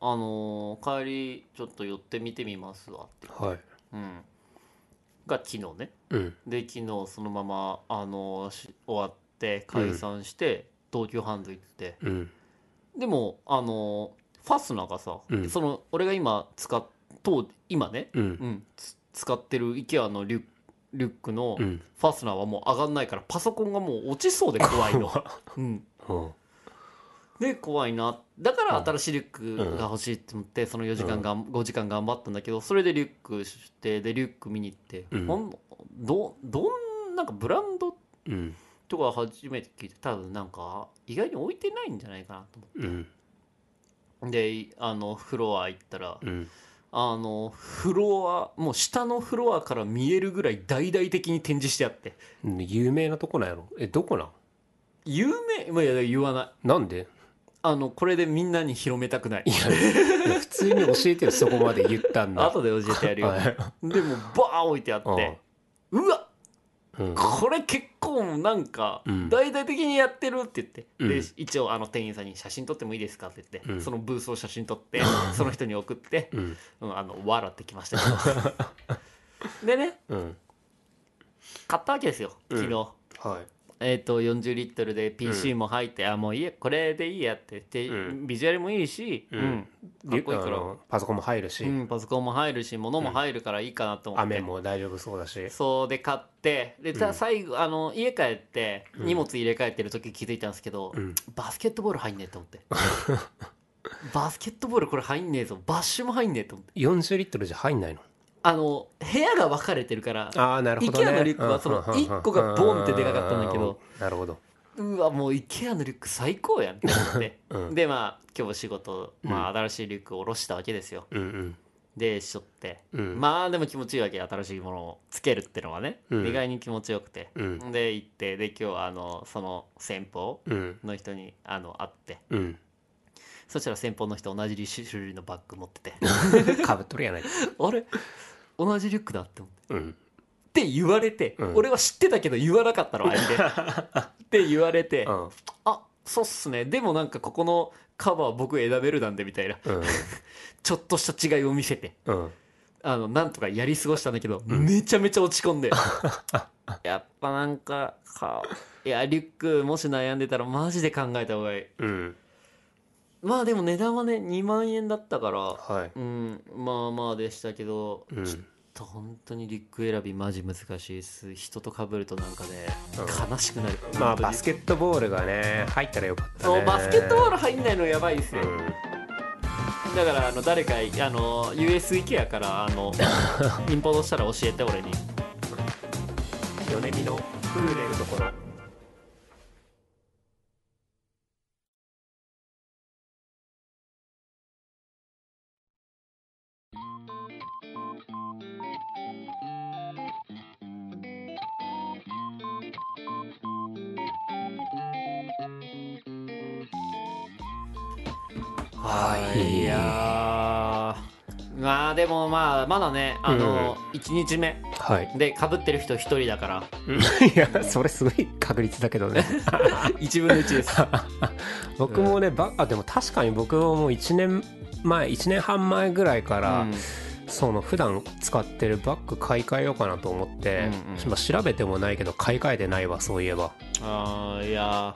Speaker 3: あのー帰り、ちょっと寄って見てみますわって。
Speaker 1: はい。
Speaker 3: うん。が昨日ね。
Speaker 1: うん。
Speaker 3: で、昨日そのまま、あのーし終わって、解散して、東急ハンズ行って、
Speaker 1: うん。
Speaker 3: でもあのファスナーがさ、
Speaker 1: うん
Speaker 3: その俺が今使っ当今ね、
Speaker 1: う。
Speaker 3: うんん、つ使ってる IKEA のリュリュックの
Speaker 1: うん。
Speaker 3: ファスナーはもう上がんないからパソコンがもう落ちそうで怖いの、うん、
Speaker 1: うん。
Speaker 3: で怖いなだから
Speaker 1: うん
Speaker 3: 新しいリュックが欲しいって思ってその4時間がん、5時間頑張ったんだけどそれでリュックしてでリュック見に行って、
Speaker 1: うん
Speaker 3: ほんどどんなんかブランド
Speaker 1: うん。
Speaker 3: とか初めて聞いて多分なんか意外に置いてないんじゃないかなと思
Speaker 1: うん。
Speaker 3: ってであのフロア行ったら、
Speaker 1: うん。
Speaker 3: あのフロアもう下のフロアから見えるぐらい大々的に展示してあって
Speaker 1: 有名なとこなんやろえ、どこなん
Speaker 3: 有名まあいや言わない
Speaker 1: なんで
Speaker 3: あのこれでみんなに広めたくない
Speaker 1: いや、いや普通に教えてよ、そこまで言ったんだ。
Speaker 3: 後で教えてやるよ、
Speaker 1: はい
Speaker 3: でもうバー置いてあってうわ
Speaker 1: うん。
Speaker 3: これ結構なんか
Speaker 1: うん
Speaker 3: 大々的にやってるって言って、
Speaker 1: う
Speaker 3: で
Speaker 1: ん
Speaker 3: 一応あの店員さんに「写真撮ってもいいですか?」って言って、
Speaker 1: うん
Speaker 3: そのブースを写真 撮ってその人に送って
Speaker 1: うん。
Speaker 3: 「うん、あの笑ってきました けどでね
Speaker 1: うん。
Speaker 3: 買ったわけですよ昨日、
Speaker 1: はい。
Speaker 3: えー、と40リットルで PC も入って、あもういいやこれでいいやって言って、
Speaker 1: うん
Speaker 3: ビジュアルもいいし、
Speaker 1: うん
Speaker 3: うんかっこいいか
Speaker 1: あ
Speaker 3: ら、
Speaker 1: のパソコンも入るし、
Speaker 3: うん、パソコンも入るし物も入るからいいかなと思って、
Speaker 1: 雨も大丈夫そうだし。
Speaker 3: そうで買ってで
Speaker 1: う
Speaker 3: た
Speaker 1: ん
Speaker 3: 最後あの家帰って
Speaker 1: うん
Speaker 3: 荷物入れ替えてる時気づいたんですけど、
Speaker 1: うん。
Speaker 3: バスケットボール入んねえと思って バスケットボールこれ入んねえぞバッシュも入んねえと思って
Speaker 1: 40リットルじゃ入んないの
Speaker 3: あの部屋が分かれてるから
Speaker 1: ああ、なるほど、ね。
Speaker 3: IKEA のリュックはそ
Speaker 1: う
Speaker 3: の
Speaker 1: んうんうんうん
Speaker 3: 一個がボンってでかかったんだけど。
Speaker 1: なるほど。
Speaker 3: うわもう IKEA のリュック最高やんって思 って、
Speaker 1: うん
Speaker 3: でまあ今日仕事、まあ、
Speaker 1: う
Speaker 3: 新しいリュックを下ろしたわけですよ
Speaker 1: うん
Speaker 3: でしょって、
Speaker 1: うん。うん。
Speaker 3: まあでも気持ちいいわけ新しいものをつけるってのはね、
Speaker 1: うん
Speaker 3: 意外に気持ちよくて、
Speaker 1: うん。
Speaker 3: で行ってで今日はあのその先方
Speaker 1: うん。
Speaker 3: の人にあの会って
Speaker 1: うん。
Speaker 3: そしたら先方の人同じ種類のバッグ持って て
Speaker 1: かぶっとるやないか。
Speaker 3: あれ同じリュックだって思って。
Speaker 1: うん。
Speaker 3: って言われて、
Speaker 1: うん
Speaker 3: 俺は知ってたけど言わなかったのあえ てって言われて、
Speaker 1: うん。
Speaker 3: あそうっすねでもなんかここのカバー僕選べるなんでみたいな
Speaker 1: うん。
Speaker 3: ちょっとした違いを見せて
Speaker 1: うん。
Speaker 3: あのなんとかやり過ごしたんだけど、
Speaker 1: うん
Speaker 3: めちゃめちゃ落ち込 んでやっぱなんかかいやリュックもし悩んでたらマジで考えた方がいい
Speaker 1: うん。
Speaker 3: まあでも値段はね2万円だったから
Speaker 1: はい。
Speaker 3: うんまあまあでしたけど、
Speaker 1: うん
Speaker 3: ちょっと本当にリュック選びマジ難しいです人と被るとなんかね、
Speaker 1: う
Speaker 3: 悲しくなる
Speaker 1: まあ、
Speaker 3: 本当に
Speaker 1: バスケットボールがね、入ったらよかったね。
Speaker 3: そうバスケットボー
Speaker 1: ル
Speaker 3: ル入んないのやばいですよ、だからあの誰かあの USIKEA からあ のインポートしたら教えて俺に
Speaker 1: うん。米見のプーレルところ。
Speaker 3: はいいやーまあでもまあまだねあの、1日目
Speaker 1: はい。
Speaker 3: で被ってる人1人だから
Speaker 1: いや、それすごい確率だけどね。
Speaker 3: 1分の1です
Speaker 1: 僕もね、ばあでも確かに僕はもう1年前1年半前ぐらいから、
Speaker 3: うん
Speaker 1: その普段使ってるバッグ買い替えようかなと思って、
Speaker 3: うんうん
Speaker 1: まあ調べてもないけど買い替えてないわそういえば
Speaker 3: あーいや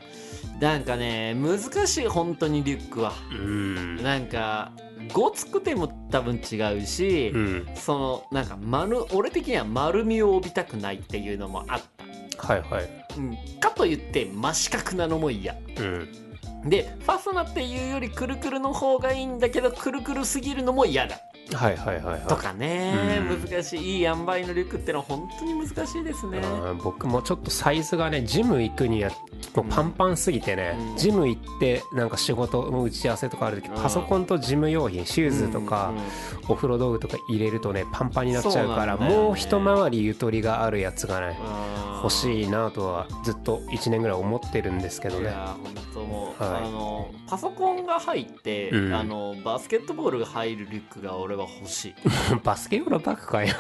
Speaker 3: ーなんかね難しい本当にリュックは
Speaker 1: うん
Speaker 3: なんかごつくても多分違うし、
Speaker 1: うん
Speaker 3: そのなんか丸俺的には丸みを帯びたくないっていうのもあった
Speaker 1: はいはい
Speaker 3: うんかといって真四角なのも嫌
Speaker 1: うん
Speaker 3: でファスナーっていうよりくるくるの方がいいんだけどくるくるすぎるのも嫌だ
Speaker 1: はいはいはいはい
Speaker 3: とかね、
Speaker 1: うん
Speaker 3: 難しいいい塩梅のリュックってのは本当に難しいですね
Speaker 1: うん僕もちょっとサイズがねジム行くにはもうパンパンすぎてね、
Speaker 3: うん
Speaker 1: ジム行ってなんか仕事の打ち合わせとかある時
Speaker 3: うん
Speaker 1: パソコンとジム用品シューズとか、お風呂道具とか入れるとねパンパンになっちゃうから
Speaker 3: そうなんだよね
Speaker 1: もう一回りゆとりがあるやつがね欲
Speaker 3: い
Speaker 1: しいなとはずっと1年ぐらい思ってるんですけど
Speaker 3: い
Speaker 1: ね
Speaker 3: や本当もう、
Speaker 1: はい
Speaker 3: あのパソコンが入って、
Speaker 1: うん
Speaker 3: あのバスケットボールが入るリュックが俺は 欲しい
Speaker 1: バスケ用のバッグかよ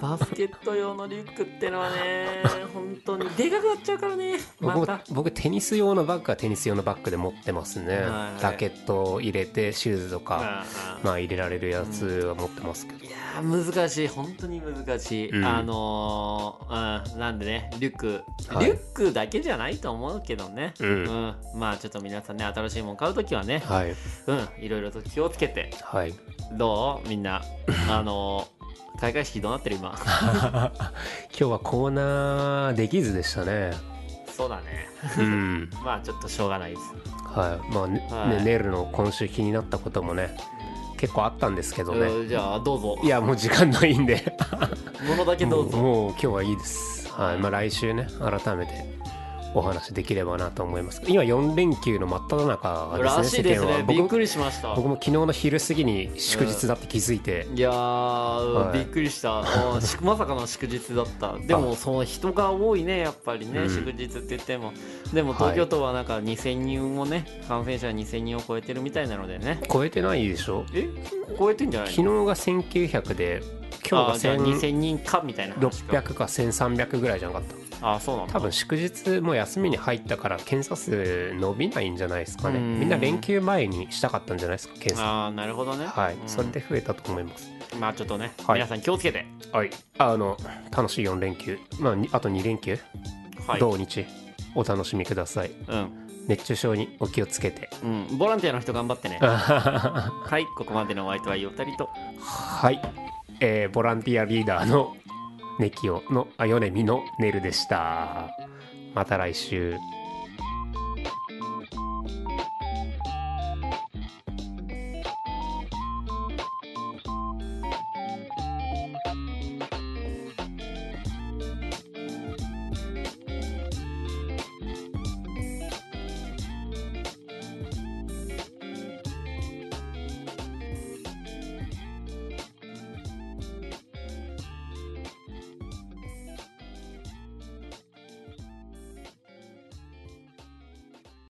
Speaker 3: バスケット用のリュックってのはね本本当にでかくなっちゃうからねま
Speaker 1: 僕
Speaker 3: た
Speaker 1: 僕テニス用のバッグはテニス用のバッグで持ってますね、
Speaker 3: はいはい
Speaker 1: ラケットを入れてシューズとか、
Speaker 3: ああ
Speaker 1: まあ入れられるやつは持ってますけど
Speaker 3: いやー難しい本当に難しい、
Speaker 1: うん
Speaker 3: あのーうん、なんでねリュック、
Speaker 1: はい
Speaker 3: リュックだけじゃないと思うけどね、
Speaker 1: うん
Speaker 3: まあちょっと皆さんね新しいもん買う時はね、
Speaker 1: はい
Speaker 3: うんいろいろと気をつけて
Speaker 1: はい
Speaker 3: どうみんなあのー開会式どうなってる今
Speaker 1: 今日はコーナーできずでしたね
Speaker 3: そうだね
Speaker 1: うん
Speaker 3: まあちょっとしょうがないです
Speaker 1: はいまあね,ね、
Speaker 3: はい
Speaker 1: ネイルの今週気になったこともね結構あったんですけどね
Speaker 3: うんじゃあどうぞ
Speaker 1: いやもう時間ないんで
Speaker 3: ものだけどうぞ
Speaker 1: ももう今日はいいです、はいまあ、来週ね改めてお話できればなと思います今4連休の真っ只中ですね
Speaker 3: らしいです
Speaker 1: 世間は
Speaker 3: ね
Speaker 1: 僕
Speaker 3: びっくりしました
Speaker 1: 僕も昨日の昼過ぎに祝日だって気づいて、
Speaker 3: いやー、
Speaker 1: はい
Speaker 3: びっくりしたあ ーしまさかの祝日だったでもその人が多いねやっぱりね、
Speaker 1: うん
Speaker 3: 祝日って言ってもでも
Speaker 1: はい
Speaker 3: 東京都はなんか2000人もね感染者2000人を超えてるみたいなのでね
Speaker 1: 超えてないでしょ
Speaker 3: え超えてんじゃな
Speaker 1: 昨
Speaker 3: い
Speaker 1: 日が1900で今
Speaker 3: あー
Speaker 1: 日
Speaker 3: じゃあ
Speaker 1: が
Speaker 3: 2000人かみたいな話か
Speaker 1: 1600か1300ぐらいじゃなかった
Speaker 3: あーそうなんだ
Speaker 1: 多分祝日も休みに入ったから検査数伸びないんじゃないですかね
Speaker 3: うん
Speaker 1: みんな連休前にしたかったんじゃないですか検査
Speaker 3: あーなるほどね
Speaker 1: はい、
Speaker 3: うん
Speaker 1: それで増えたと思います
Speaker 3: まあちょっとね、
Speaker 1: はい
Speaker 3: 皆さん気をつけて
Speaker 1: はいあの楽しい4連休まあにあと2連休、
Speaker 3: はい
Speaker 1: 同日お楽しみください
Speaker 3: うん、
Speaker 1: 熱中症にお気をつけて
Speaker 3: うん、ボランティアの人頑張ってね
Speaker 1: は
Speaker 3: はいここまでのお相手はお二人と
Speaker 1: い、えーボランティアリーダーのネキオのあヨネミのネルでしたまた来週。